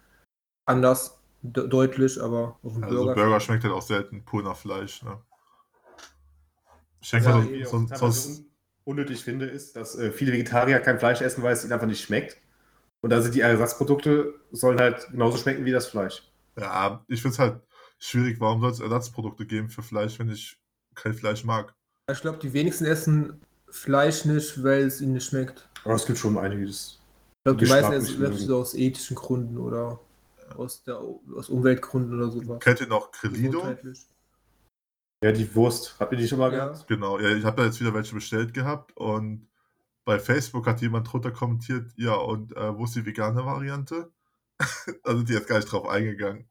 Speaker 2: anders, de deutlich, aber auf dem
Speaker 3: Also Burger,
Speaker 2: Burger.
Speaker 3: schmeckt halt auch selten pur nach Fleisch. Ne? Ich denke,
Speaker 1: Was
Speaker 2: Ja,
Speaker 1: ja,
Speaker 2: Also,
Speaker 1: ich
Speaker 3: so,
Speaker 1: auch
Speaker 3: so,
Speaker 1: teilweise
Speaker 3: sonst,
Speaker 1: un unnötig finde, ist, dass äh, viele Vegetarier kein Fleisch essen, weil es ihnen einfach nicht schmeckt. Und da sind die Ersatzprodukte, sollen halt genauso schmecken wie das Fleisch.
Speaker 3: ja, ich finde es halt schwierig, warum soll es Ersatzprodukte geben für Fleisch, wenn ich kein Fleisch mag?
Speaker 2: Ich glaube, die wenigsten essen Fleisch nicht, weil es ihnen nicht schmeckt.
Speaker 1: Aber es gibt schon einige, die das.
Speaker 2: Ich glaube, die
Speaker 1: Geschmack
Speaker 2: meisten
Speaker 1: nicht
Speaker 2: essen wirklich
Speaker 1: mögen.
Speaker 2: so aus ethischen Gründen oder aus, der, aus Umweltgründen oder sowas.
Speaker 3: Kennt ihr noch Crelido?
Speaker 2: Gesundheitlich.
Speaker 1: Ja, die Wurst. Habt ihr die schon mal
Speaker 2: Ja.
Speaker 1: gehabt?
Speaker 3: Genau, ja, ich habe da jetzt wieder welche bestellt gehabt und bei Facebook hat jemand drunter kommentiert, ja, und äh, wo ist die vegane Variante? da sind die jetzt gar nicht drauf eingegangen.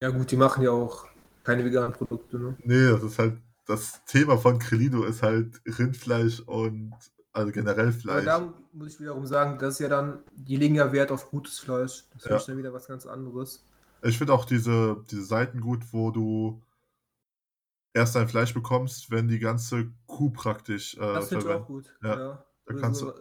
Speaker 2: ja gut, die machen ja auch keine veganen Produkte. Ne?
Speaker 3: Nee, das ist halt, das Thema von Crelido ist halt Rindfleisch und, also generell
Speaker 2: Aber
Speaker 3: Fleisch.
Speaker 2: da muss ich wiederum sagen, das ist ja dann, die legen ja Wert auf gutes Fleisch. Das
Speaker 3: Ja.
Speaker 2: finde ich dann wieder was ganz anderes.
Speaker 3: Ich finde auch diese, diese Seiten gut, wo du erst dein Fleisch bekommst, wenn die ganze Kuh praktisch äh,
Speaker 2: Das finde ich auch
Speaker 3: verwendet.
Speaker 2: gut.
Speaker 3: Ja,
Speaker 2: Ja.
Speaker 3: da
Speaker 2: Oder
Speaker 3: kannst Hm.
Speaker 2: so,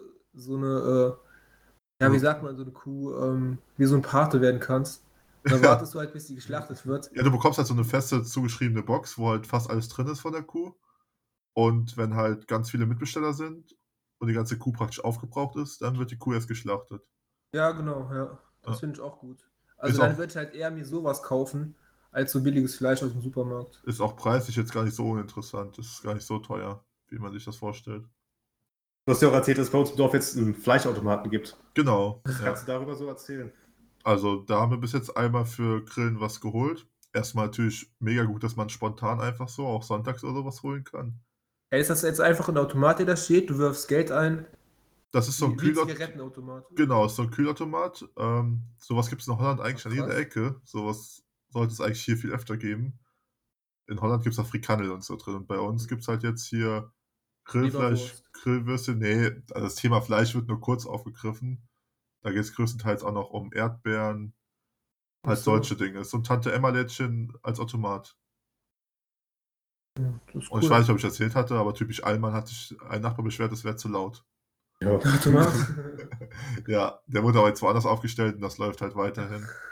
Speaker 2: so eine, äh, ja, wie sagt man, so eine Kuh, ähm, wie so ein Pate werden kannst. Und Dann
Speaker 3: Ja.
Speaker 2: wartest du halt, bis die geschlachtet wird.
Speaker 3: Ja, du bekommst halt so eine feste zugeschriebene Box, wo halt fast alles drin ist von der Kuh. Und wenn halt ganz viele Mitbesteller sind und die ganze Kuh praktisch aufgebraucht ist, dann wird die Kuh erst geschlachtet.
Speaker 2: Ja, genau, ja. Das
Speaker 3: Ja.
Speaker 2: finde ich auch gut. Also
Speaker 3: Ah. Ist
Speaker 2: dann
Speaker 3: auch-
Speaker 2: würde ich halt eher mir sowas kaufen, als so billiges Fleisch aus dem Supermarkt.
Speaker 3: Ist auch preislich jetzt gar nicht so uninteressant. Ist gar nicht so teuer, wie man sich das vorstellt.
Speaker 1: Du hast ja auch erzählt, dass es bei uns im Dorf jetzt einen Fleischautomaten gibt.
Speaker 3: Genau. Ja.
Speaker 1: Kannst du darüber so erzählen?
Speaker 3: Also da haben wir bis jetzt einmal für Grillen was geholt. Erstmal natürlich mega gut, dass man spontan einfach so, auch sonntags oder was holen kann.
Speaker 2: Ey, ist das jetzt einfach ein Automat, der da steht? Du wirfst Geld ein.
Speaker 3: Das ist so ein
Speaker 2: wie, wie
Speaker 3: Kühler.
Speaker 2: Zigarettenautomat.
Speaker 3: Genau, ist so ein Kühlautomat. Ähm, sowas gibt es in Holland eigentlich an jeder
Speaker 2: Krass.
Speaker 3: Ecke. Sowas sollte es eigentlich hier viel öfter geben. In Holland gibt es auch Frikandel und so drin. Und bei uns gibt es halt jetzt hier Grillfleisch,
Speaker 2: Leberwurst.
Speaker 3: Grillwürste, nee, also das Thema Fleisch wird nur kurz aufgegriffen. Da geht es größtenteils auch noch um Erdbeeren,
Speaker 2: Ach
Speaker 3: halt
Speaker 2: so.
Speaker 3: solche Dinge. So ein Tante Emma Lädchen als Automat.
Speaker 2: Ja, das ist
Speaker 3: Und ich weiß nicht, ob ich erzählt hatte, aber typisch Allmann hat sich ein Nachbar beschwert, es wäre zu laut.
Speaker 1: Ja.
Speaker 2: Automat.
Speaker 3: Ja, der wurde aber jetzt woanders aufgestellt und das läuft halt weiterhin.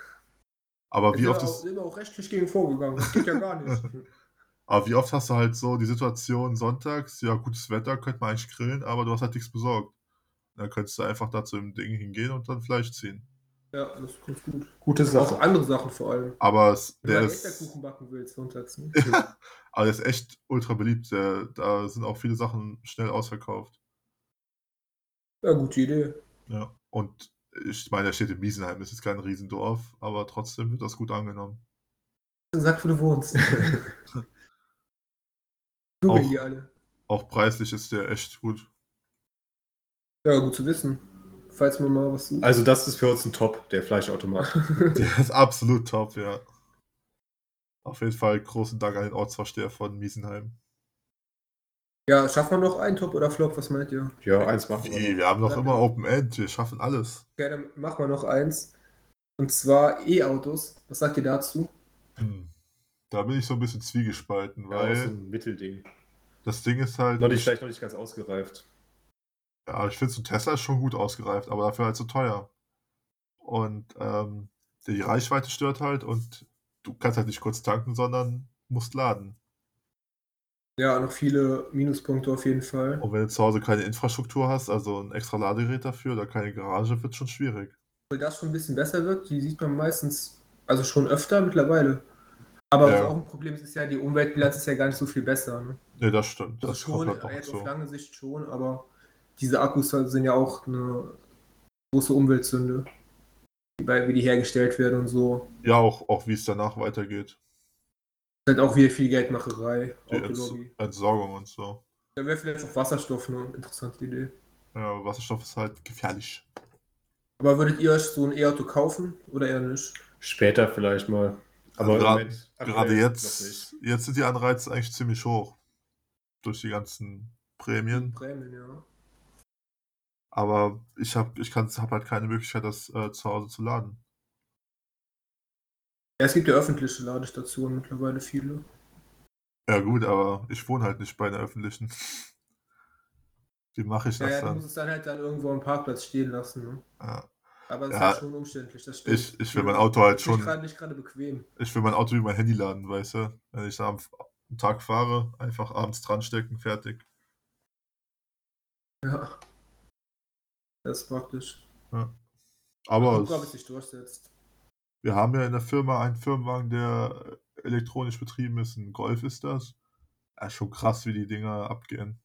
Speaker 3: Aber wie
Speaker 2: Sind
Speaker 3: oft
Speaker 2: wir
Speaker 3: ist.
Speaker 2: auch, sind wir auch rechtlich gegen vorgegangen. Das geht ja gar nicht.
Speaker 3: Aber wie oft hast du halt so die Situation sonntags, ja, gutes Wetter, könnte man eigentlich grillen, aber du hast halt nichts besorgt. Dann könntest du einfach da zu dem Ding hingehen und dann Fleisch ziehen.
Speaker 2: Ja, das ist ganz gut.
Speaker 1: Gute
Speaker 2: Auch
Speaker 1: Sache.
Speaker 2: andere Sachen vor allem.
Speaker 3: Aber es,
Speaker 2: Wenn
Speaker 3: der,
Speaker 2: man
Speaker 3: ist,
Speaker 2: Erdbeerkuchen backen will, sonntags. Ne?
Speaker 3: aber der ist echt ultra beliebt. Der, da sind auch viele Sachen schnell ausverkauft.
Speaker 2: Ja, gute Idee.
Speaker 3: Ja. Und ich meine, der steht in Wiesenheim, das ist kein Riesendorf, aber trotzdem wird das gut angenommen.
Speaker 2: Sag, wo du wohnst. Googeln die alle.
Speaker 3: Auch preislich ist der echt gut.
Speaker 2: Ja, gut zu wissen. Falls man mal was sucht.
Speaker 1: Also das ist für uns ein Top, der Fleischautomat.
Speaker 3: Der ist absolut top, ja. Auf jeden Fall großen Dank an den Ortsvorsteher von Wiesenheim.
Speaker 2: Ja, schafft man noch einen Top oder Flop? Was meint ihr?
Speaker 1: Ja, eins machen wir.
Speaker 3: Wie,
Speaker 1: noch.
Speaker 3: wir haben doch
Speaker 2: Dann-
Speaker 3: immer Open End, wir schaffen alles.
Speaker 2: Gerne, machen wir noch eins. Und zwar E-Autos. Was sagt ihr dazu?
Speaker 3: Hm. Da bin ich so ein bisschen zwiegespalten,
Speaker 1: Ja, also auch so
Speaker 3: weil
Speaker 1: ein Mittelding.
Speaker 3: das Ding ist halt.
Speaker 1: Noch nicht, vielleicht noch nicht ganz ausgereift.
Speaker 3: ja, ich finde so ein Tesla ist schon gut ausgereift, aber dafür halt so teuer. Und ähm, die Reichweite stört halt und du kannst halt nicht kurz tanken, sondern musst laden.
Speaker 2: Ja, noch viele Minuspunkte auf jeden Fall.
Speaker 3: Und wenn du zu Hause keine Infrastruktur hast, also ein extra Ladegerät dafür oder keine Garage, wird schon schwierig.
Speaker 2: Obwohl das schon ein bisschen besser wird, die sieht man meistens, also schon öfter mittlerweile. Aber
Speaker 3: Ja.
Speaker 2: was auch ein Problem ist, ist ja, die Umweltbilanz ist ja gar nicht so viel besser. Ne?
Speaker 3: Ne, das stimmt. Das
Speaker 2: schon,
Speaker 3: kommt halt noch
Speaker 2: jetzt auf
Speaker 3: hinzu.
Speaker 2: lange Sicht schon, aber diese Akkus halt sind ja auch eine große Umweltsünde. Weil wie die hergestellt werden und so.
Speaker 3: Ja, auch, auch wie es danach weitergeht.
Speaker 2: Das ist halt auch wieder viel Geldmacherei,
Speaker 3: Die Ents
Speaker 2: Autolobby.
Speaker 3: Entsorgung und so.
Speaker 2: Da wäre vielleicht auch Wasserstoff eine interessante Idee.
Speaker 3: Ja, Wasserstoff ist halt gefährlich.
Speaker 2: Aber würdet ihr euch so ein E-Auto kaufen oder eher nicht?
Speaker 1: Später vielleicht mal. Aber
Speaker 3: Also
Speaker 1: im
Speaker 3: gra-
Speaker 1: Moment
Speaker 3: Gerade
Speaker 1: aktuell noch nicht.
Speaker 3: jetzt, jetzt sind die Anreize eigentlich ziemlich hoch. Durch die ganzen Prämien.
Speaker 2: Prämien, ja.
Speaker 3: Aber ich habe ich hab halt keine Möglichkeit, das äh, zu Hause zu laden.
Speaker 2: Ja, es gibt ja öffentliche Ladestationen mittlerweile viele.
Speaker 3: Ja, gut, aber ich wohne halt nicht bei einer öffentlichen. Wie mache ich
Speaker 2: Ja,
Speaker 3: das
Speaker 2: ja, du musst
Speaker 3: dann?
Speaker 2: es dann halt dann irgendwo am Parkplatz stehen lassen. Ne?
Speaker 3: Ja.
Speaker 2: Aber es ist
Speaker 3: Ja,
Speaker 2: halt schon umständlich, das stimmt.
Speaker 3: Ich, ich will mein Auto halt
Speaker 2: Nicht
Speaker 3: schon.
Speaker 2: gerade nicht gerade bequem.
Speaker 3: Ich will mein Auto wie mein Handy laden, weißt du? Wenn ich da am am Tag fahre, einfach abends dran stecken, fertig.
Speaker 2: Ja. Das ist praktisch.
Speaker 3: Aber
Speaker 2: Gut, ob es
Speaker 3: es,
Speaker 2: sich durchsetzt.
Speaker 3: wir haben ja in der Firma einen Firmenwagen, der äh, elektronisch betrieben ist. Ein Golf ist das. Ja, schon krass, wie die Dinger abgehen.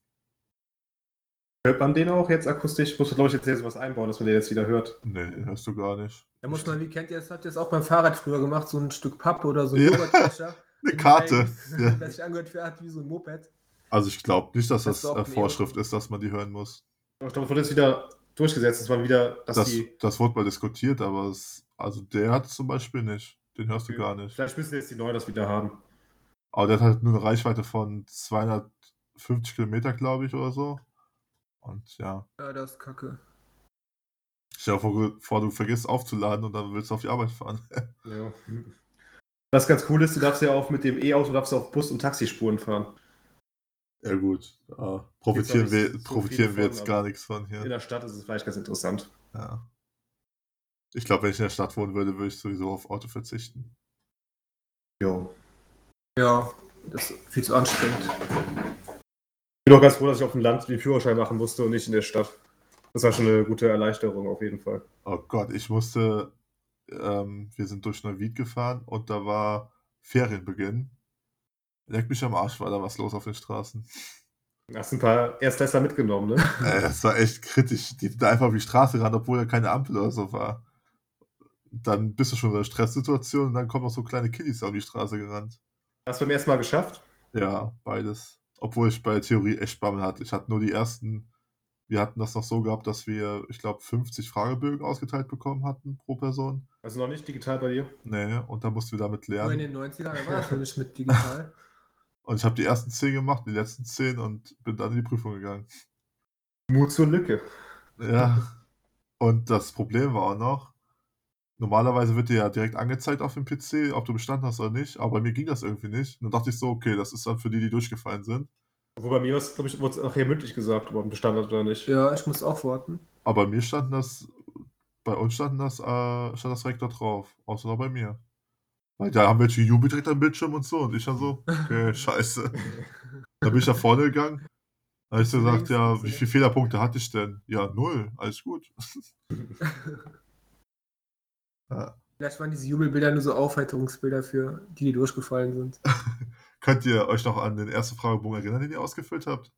Speaker 1: Hört man den auch jetzt akustisch? Muss man, glaube ich, jetzt erst was einbauen, dass man den jetzt wieder hört.
Speaker 3: Nee, hörst du gar nicht.
Speaker 2: Da muss man, wie kennt ihr das, habt ihr das auch beim Fahrrad früher gemacht, so ein Stück Pappe oder so ein
Speaker 3: Ja.
Speaker 2: Joghurtbecher,
Speaker 3: Eine
Speaker 2: den
Speaker 3: Karte.
Speaker 2: Teig,
Speaker 3: Ja.
Speaker 2: Das sich angehört hat wie so ein Moped.
Speaker 3: Also ich glaube nicht, dass
Speaker 2: Das
Speaker 3: das
Speaker 2: ist auch
Speaker 3: äh,
Speaker 2: ein
Speaker 3: Vorschrift ist, dass man die hören muss.
Speaker 1: Aber Ich glaube, es wurde jetzt wieder durchgesetzt, dass man wieder, dass
Speaker 3: Das,
Speaker 1: die.
Speaker 3: das wurde mal diskutiert, aber es, also der hat es zum Beispiel nicht. Den hörst du
Speaker 1: Okay.
Speaker 3: gar nicht.
Speaker 1: Vielleicht müssen jetzt die Neuen das wieder haben.
Speaker 3: Aber der hat halt nur eine Reichweite von 250 Kilometer, glaube ich, oder so. Und ja.
Speaker 2: Ja, das ist kacke.
Speaker 3: Stell dir vor, vor, du vergisst aufzuladen und dann willst du auf die Arbeit fahren.
Speaker 1: Ja. Was ganz cool ist, du darfst ja auch mit dem E-Auto darfst du auf Bus- und Taxispuren fahren.
Speaker 3: ja gut. Äh, profitieren
Speaker 1: Gibt's auch
Speaker 3: wir,
Speaker 1: nicht so
Speaker 3: profitieren
Speaker 1: viele
Speaker 3: wir
Speaker 1: von,
Speaker 3: jetzt
Speaker 1: aber-
Speaker 3: gar nichts von
Speaker 1: In
Speaker 3: hier.
Speaker 1: der Stadt ist es vielleicht ganz interessant.
Speaker 3: Ja. Ich glaube, wenn ich in der Stadt wohnen würde, würde ich sowieso auf Auto verzichten.
Speaker 1: Jo.
Speaker 2: Ja, das ist viel zu anstrengend.
Speaker 1: Ich bin auch ganz froh, dass ich auf dem Land den Führerschein machen musste und nicht in der Stadt. Das war schon eine gute Erleichterung auf jeden Fall.
Speaker 3: Oh Gott, ich musste, ähm, wir sind durch Neuwied gefahren und da war Ferienbeginn. Leck mich am Arsch, war da was los auf den Straßen.
Speaker 1: Hast ein paar Erstklässler mitgenommen, ne?
Speaker 3: Äh, das war echt kritisch. Die sind da einfach auf die Straße ran, obwohl da keine Ampel oder so war. Dann bist du schon in einer Stresssituation und dann kommen noch so kleine Kiddies auf die Straße gerannt.
Speaker 1: Hast du beim ersten Mal geschafft?
Speaker 3: Ja, beides. Obwohl ich bei der Theorie echt Bammel hatte. Ich hatte nur die ersten, wir hatten das noch so gehabt, dass wir, ich glaube, 50 Fragebögen ausgeteilt bekommen hatten pro Person.
Speaker 1: Also noch nicht digital bei dir?
Speaker 3: Nee, und da mussten wir damit
Speaker 2: Nur in
Speaker 3: lernen.
Speaker 2: den 90ern war das noch nicht mit digital.
Speaker 3: Und ich habe die ersten zehn gemacht, die letzten zehn und bin dann in die Prüfung gegangen.
Speaker 1: Mut zur Lücke.
Speaker 3: Ja. Und das Problem war auch noch, normalerweise wird dir ja direkt angezeigt auf dem PC, ob du bestanden hast oder nicht, aber bei mir ging das irgendwie nicht. Und dann dachte ich so, okay, das ist dann für die, die durchgefallen sind.
Speaker 1: Obwohl bei mir glaube ich, wurde es nachher mündlich gesagt, ob man bestanden hat oder nicht.
Speaker 2: Ja, ich muss auch warten.
Speaker 3: Aber bei mir standen das, bei uns standen das, äh, stand das direkt da drauf, außer noch bei mir. Weil da haben welche Jubel direkt am Bildschirm und so und ich dann so, okay, scheiße. Dann bin ich nach vorne gegangen. Dann habe ich so gesagt, ja, wie viele Fehlerpunkte hatte ich denn? Ja, null, alles gut. ja,
Speaker 2: Vielleicht waren diese Jubelbilder nur so Aufheiterungsbilder für die, die durchgefallen sind.
Speaker 3: könnt ihr euch noch an den ersten Fragebogen erinnern, den ihr ausgefüllt habt?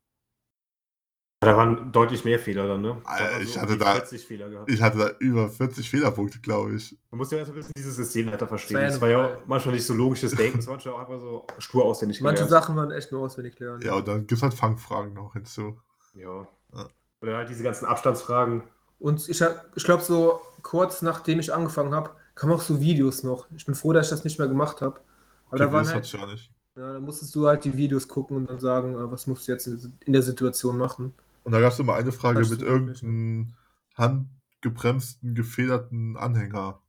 Speaker 1: Da waren deutlich mehr Fehler dann, ne?
Speaker 3: Alter,
Speaker 1: waren
Speaker 3: Ah, ich
Speaker 1: so um
Speaker 3: hatte
Speaker 1: die
Speaker 3: da-
Speaker 1: 40 Fehler gehabt.
Speaker 3: Ich hatte da über 40 Fehlerpunkte, glaube ich.
Speaker 1: Man muss ja erst ein bisschen dieses System dahinter verstehen.
Speaker 2: Das war ja
Speaker 1: Das war ja
Speaker 2: eine-
Speaker 1: auch manchmal nicht so logisches Denken, es war manchmal auch einfach so stur auswendig
Speaker 2: Manche
Speaker 1: gelernt.
Speaker 2: Sachen waren echt nur auswendig lernen.
Speaker 3: Ja, und dann gibt es halt Fangfragen noch hinzu.
Speaker 1: Ja.
Speaker 3: Ja.
Speaker 1: Oder halt diese ganzen Abstandsfragen.
Speaker 2: Und ich, hab- ich glaube, so kurz nachdem ich angefangen habe, kamen auch so Videos noch. Ich bin froh, dass ich das nicht mehr gemacht habe. Aber da
Speaker 3: Okay,
Speaker 2: waren
Speaker 3: das hatte
Speaker 2: halt,
Speaker 3: ich ja nicht.
Speaker 2: ja, da musstest du halt die Videos gucken und dann sagen, äh, was musst du jetzt in in der Situation machen.
Speaker 3: Und da gab es immer eine Frage
Speaker 2: Das
Speaker 3: mit
Speaker 2: stimmt nicht.
Speaker 3: irgendeinem handgebremsten, gefederten Anhänger.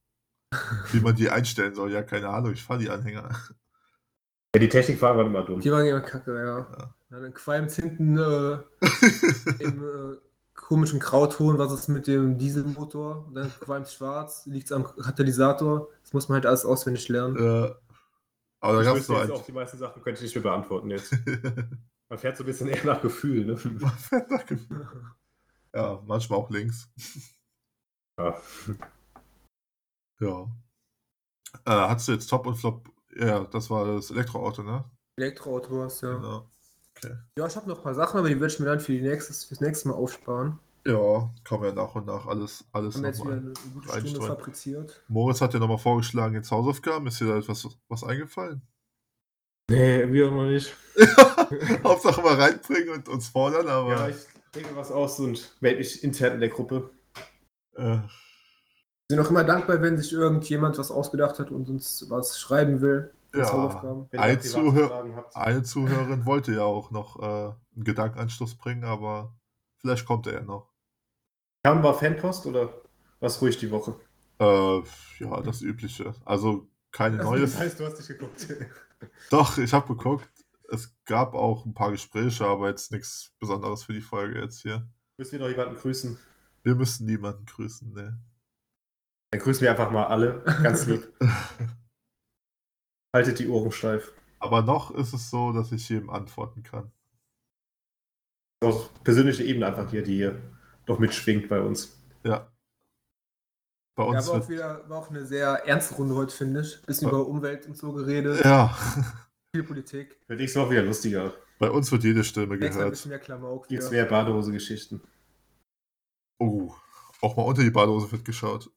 Speaker 3: Wie man die einstellen soll. Ja, keine Ahnung, ich fahre die Anhänger.
Speaker 1: Ja, die Technikfragen waren immer dumm.
Speaker 2: Die waren ja kacke, ja.
Speaker 3: Ja.
Speaker 2: ja dann qualmt hinten äh, im äh, komischen Grauton, was ist mit dem Dieselmotor. Und dann qualmt schwarz, liegt am Katalysator. Das muss man halt alles auswendig lernen.
Speaker 3: äh, aber da
Speaker 1: ich
Speaker 3: gab es
Speaker 1: wüsste
Speaker 3: nur
Speaker 1: jetzt
Speaker 3: ein.
Speaker 1: auch die meisten Sachen könnte ich nicht mehr beantworten jetzt. Man fährt so ein bisschen eher nach Gefühl, ne?
Speaker 3: Man fährt nach Gefühl. ja, manchmal auch links.
Speaker 1: Ja.
Speaker 3: Ja. Äh, hattest du jetzt Top und Flop? Ja, das war das Elektroauto, ne? Genau.
Speaker 2: Elektroauto war's, ja.
Speaker 3: Ja.
Speaker 2: Ja, ich habe noch ein paar Sachen, aber die werde ich mir dann für die nächstes, fürs nächste Mal aufsparen.
Speaker 3: Ja, kann man ja nach und nach alles, alles
Speaker 2: Haben wir jetzt wieder
Speaker 3: nochmal.
Speaker 2: eine gute Stunde
Speaker 3: reinstreuen.
Speaker 2: fabriziert.
Speaker 3: Moritz hat ja nochmal vorgeschlagen, jetzt Hausaufgaben. Ist dir da etwas was eingefallen?
Speaker 1: Nee, wir auch noch nicht.
Speaker 3: Hauptsache mal reinbringen und uns fordern,
Speaker 1: Ja,
Speaker 3: aber.
Speaker 1: ich denke was aus und melde mich intern in der Gruppe.
Speaker 3: äh,
Speaker 2: sind auch immer dankbar, wenn sich irgendjemand was ausgedacht hat und uns was schreiben will. als
Speaker 3: ja.
Speaker 2: Hausaufgaben.
Speaker 1: Wenn ihr
Speaker 3: Ein
Speaker 1: private
Speaker 3: Zuhör-
Speaker 1: Fragen habt.
Speaker 3: Eine Zuhörerin wollte ja auch noch äh, einen Gedankenanstoß bringen, aber vielleicht kommt er ja noch.
Speaker 1: Kam war Fanpost oder was ruhig die Woche?
Speaker 3: Äh, ja, das Übliche. Also keine neue.
Speaker 1: Das halt heißt, du hast nicht geguckt.
Speaker 3: Doch, ich habe geguckt. Es gab auch ein paar Gespräche, aber jetzt nichts Besonderes für die Folge jetzt hier.
Speaker 1: Müssen wir noch jemanden grüßen?
Speaker 3: Wir müssen niemanden grüßen, ne?
Speaker 1: Dann grüßen wir einfach mal alle. Ganz lieb. Haltet die Ohren steif.
Speaker 3: Aber noch ist es so, dass ich jedem antworten kann.
Speaker 1: Auf persönlicher Ebene einfach hier, die hier noch mitschwingt bei uns.
Speaker 3: Ja. Bei
Speaker 2: Ja,
Speaker 3: uns
Speaker 2: war auch
Speaker 3: wird.
Speaker 2: wieder war auch eine sehr ernste Runde heute, finde ich. Bisschen
Speaker 3: Ja.
Speaker 2: über Umwelt und so geredet,
Speaker 3: Ja.
Speaker 2: viel Politik.
Speaker 1: Wird nächstes Mal wieder lustiger.
Speaker 3: Bei uns wird jede Stimme
Speaker 2: Nächstes Mal ein
Speaker 3: gehört.
Speaker 2: bisschen mehr Klamauk.
Speaker 1: Gibt's
Speaker 2: wieder.
Speaker 1: mehr Badehose-Geschichten.
Speaker 3: Oh, auch mal unter die Badehose wird geschaut.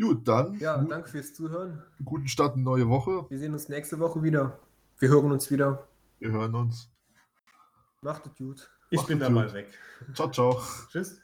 Speaker 3: Gut, dann
Speaker 2: Ja,
Speaker 3: gu-
Speaker 2: danke fürs Zuhören.
Speaker 3: guten Start in die neue Woche.
Speaker 2: Wir sehen uns nächste Woche wieder. Wir hören uns wieder.
Speaker 3: Wir hören uns.
Speaker 2: Macht es gut.
Speaker 1: Ich
Speaker 3: Macht's
Speaker 1: bin da
Speaker 3: gut.
Speaker 1: mal weg.
Speaker 3: Ciao, ciao.
Speaker 1: Tschüss.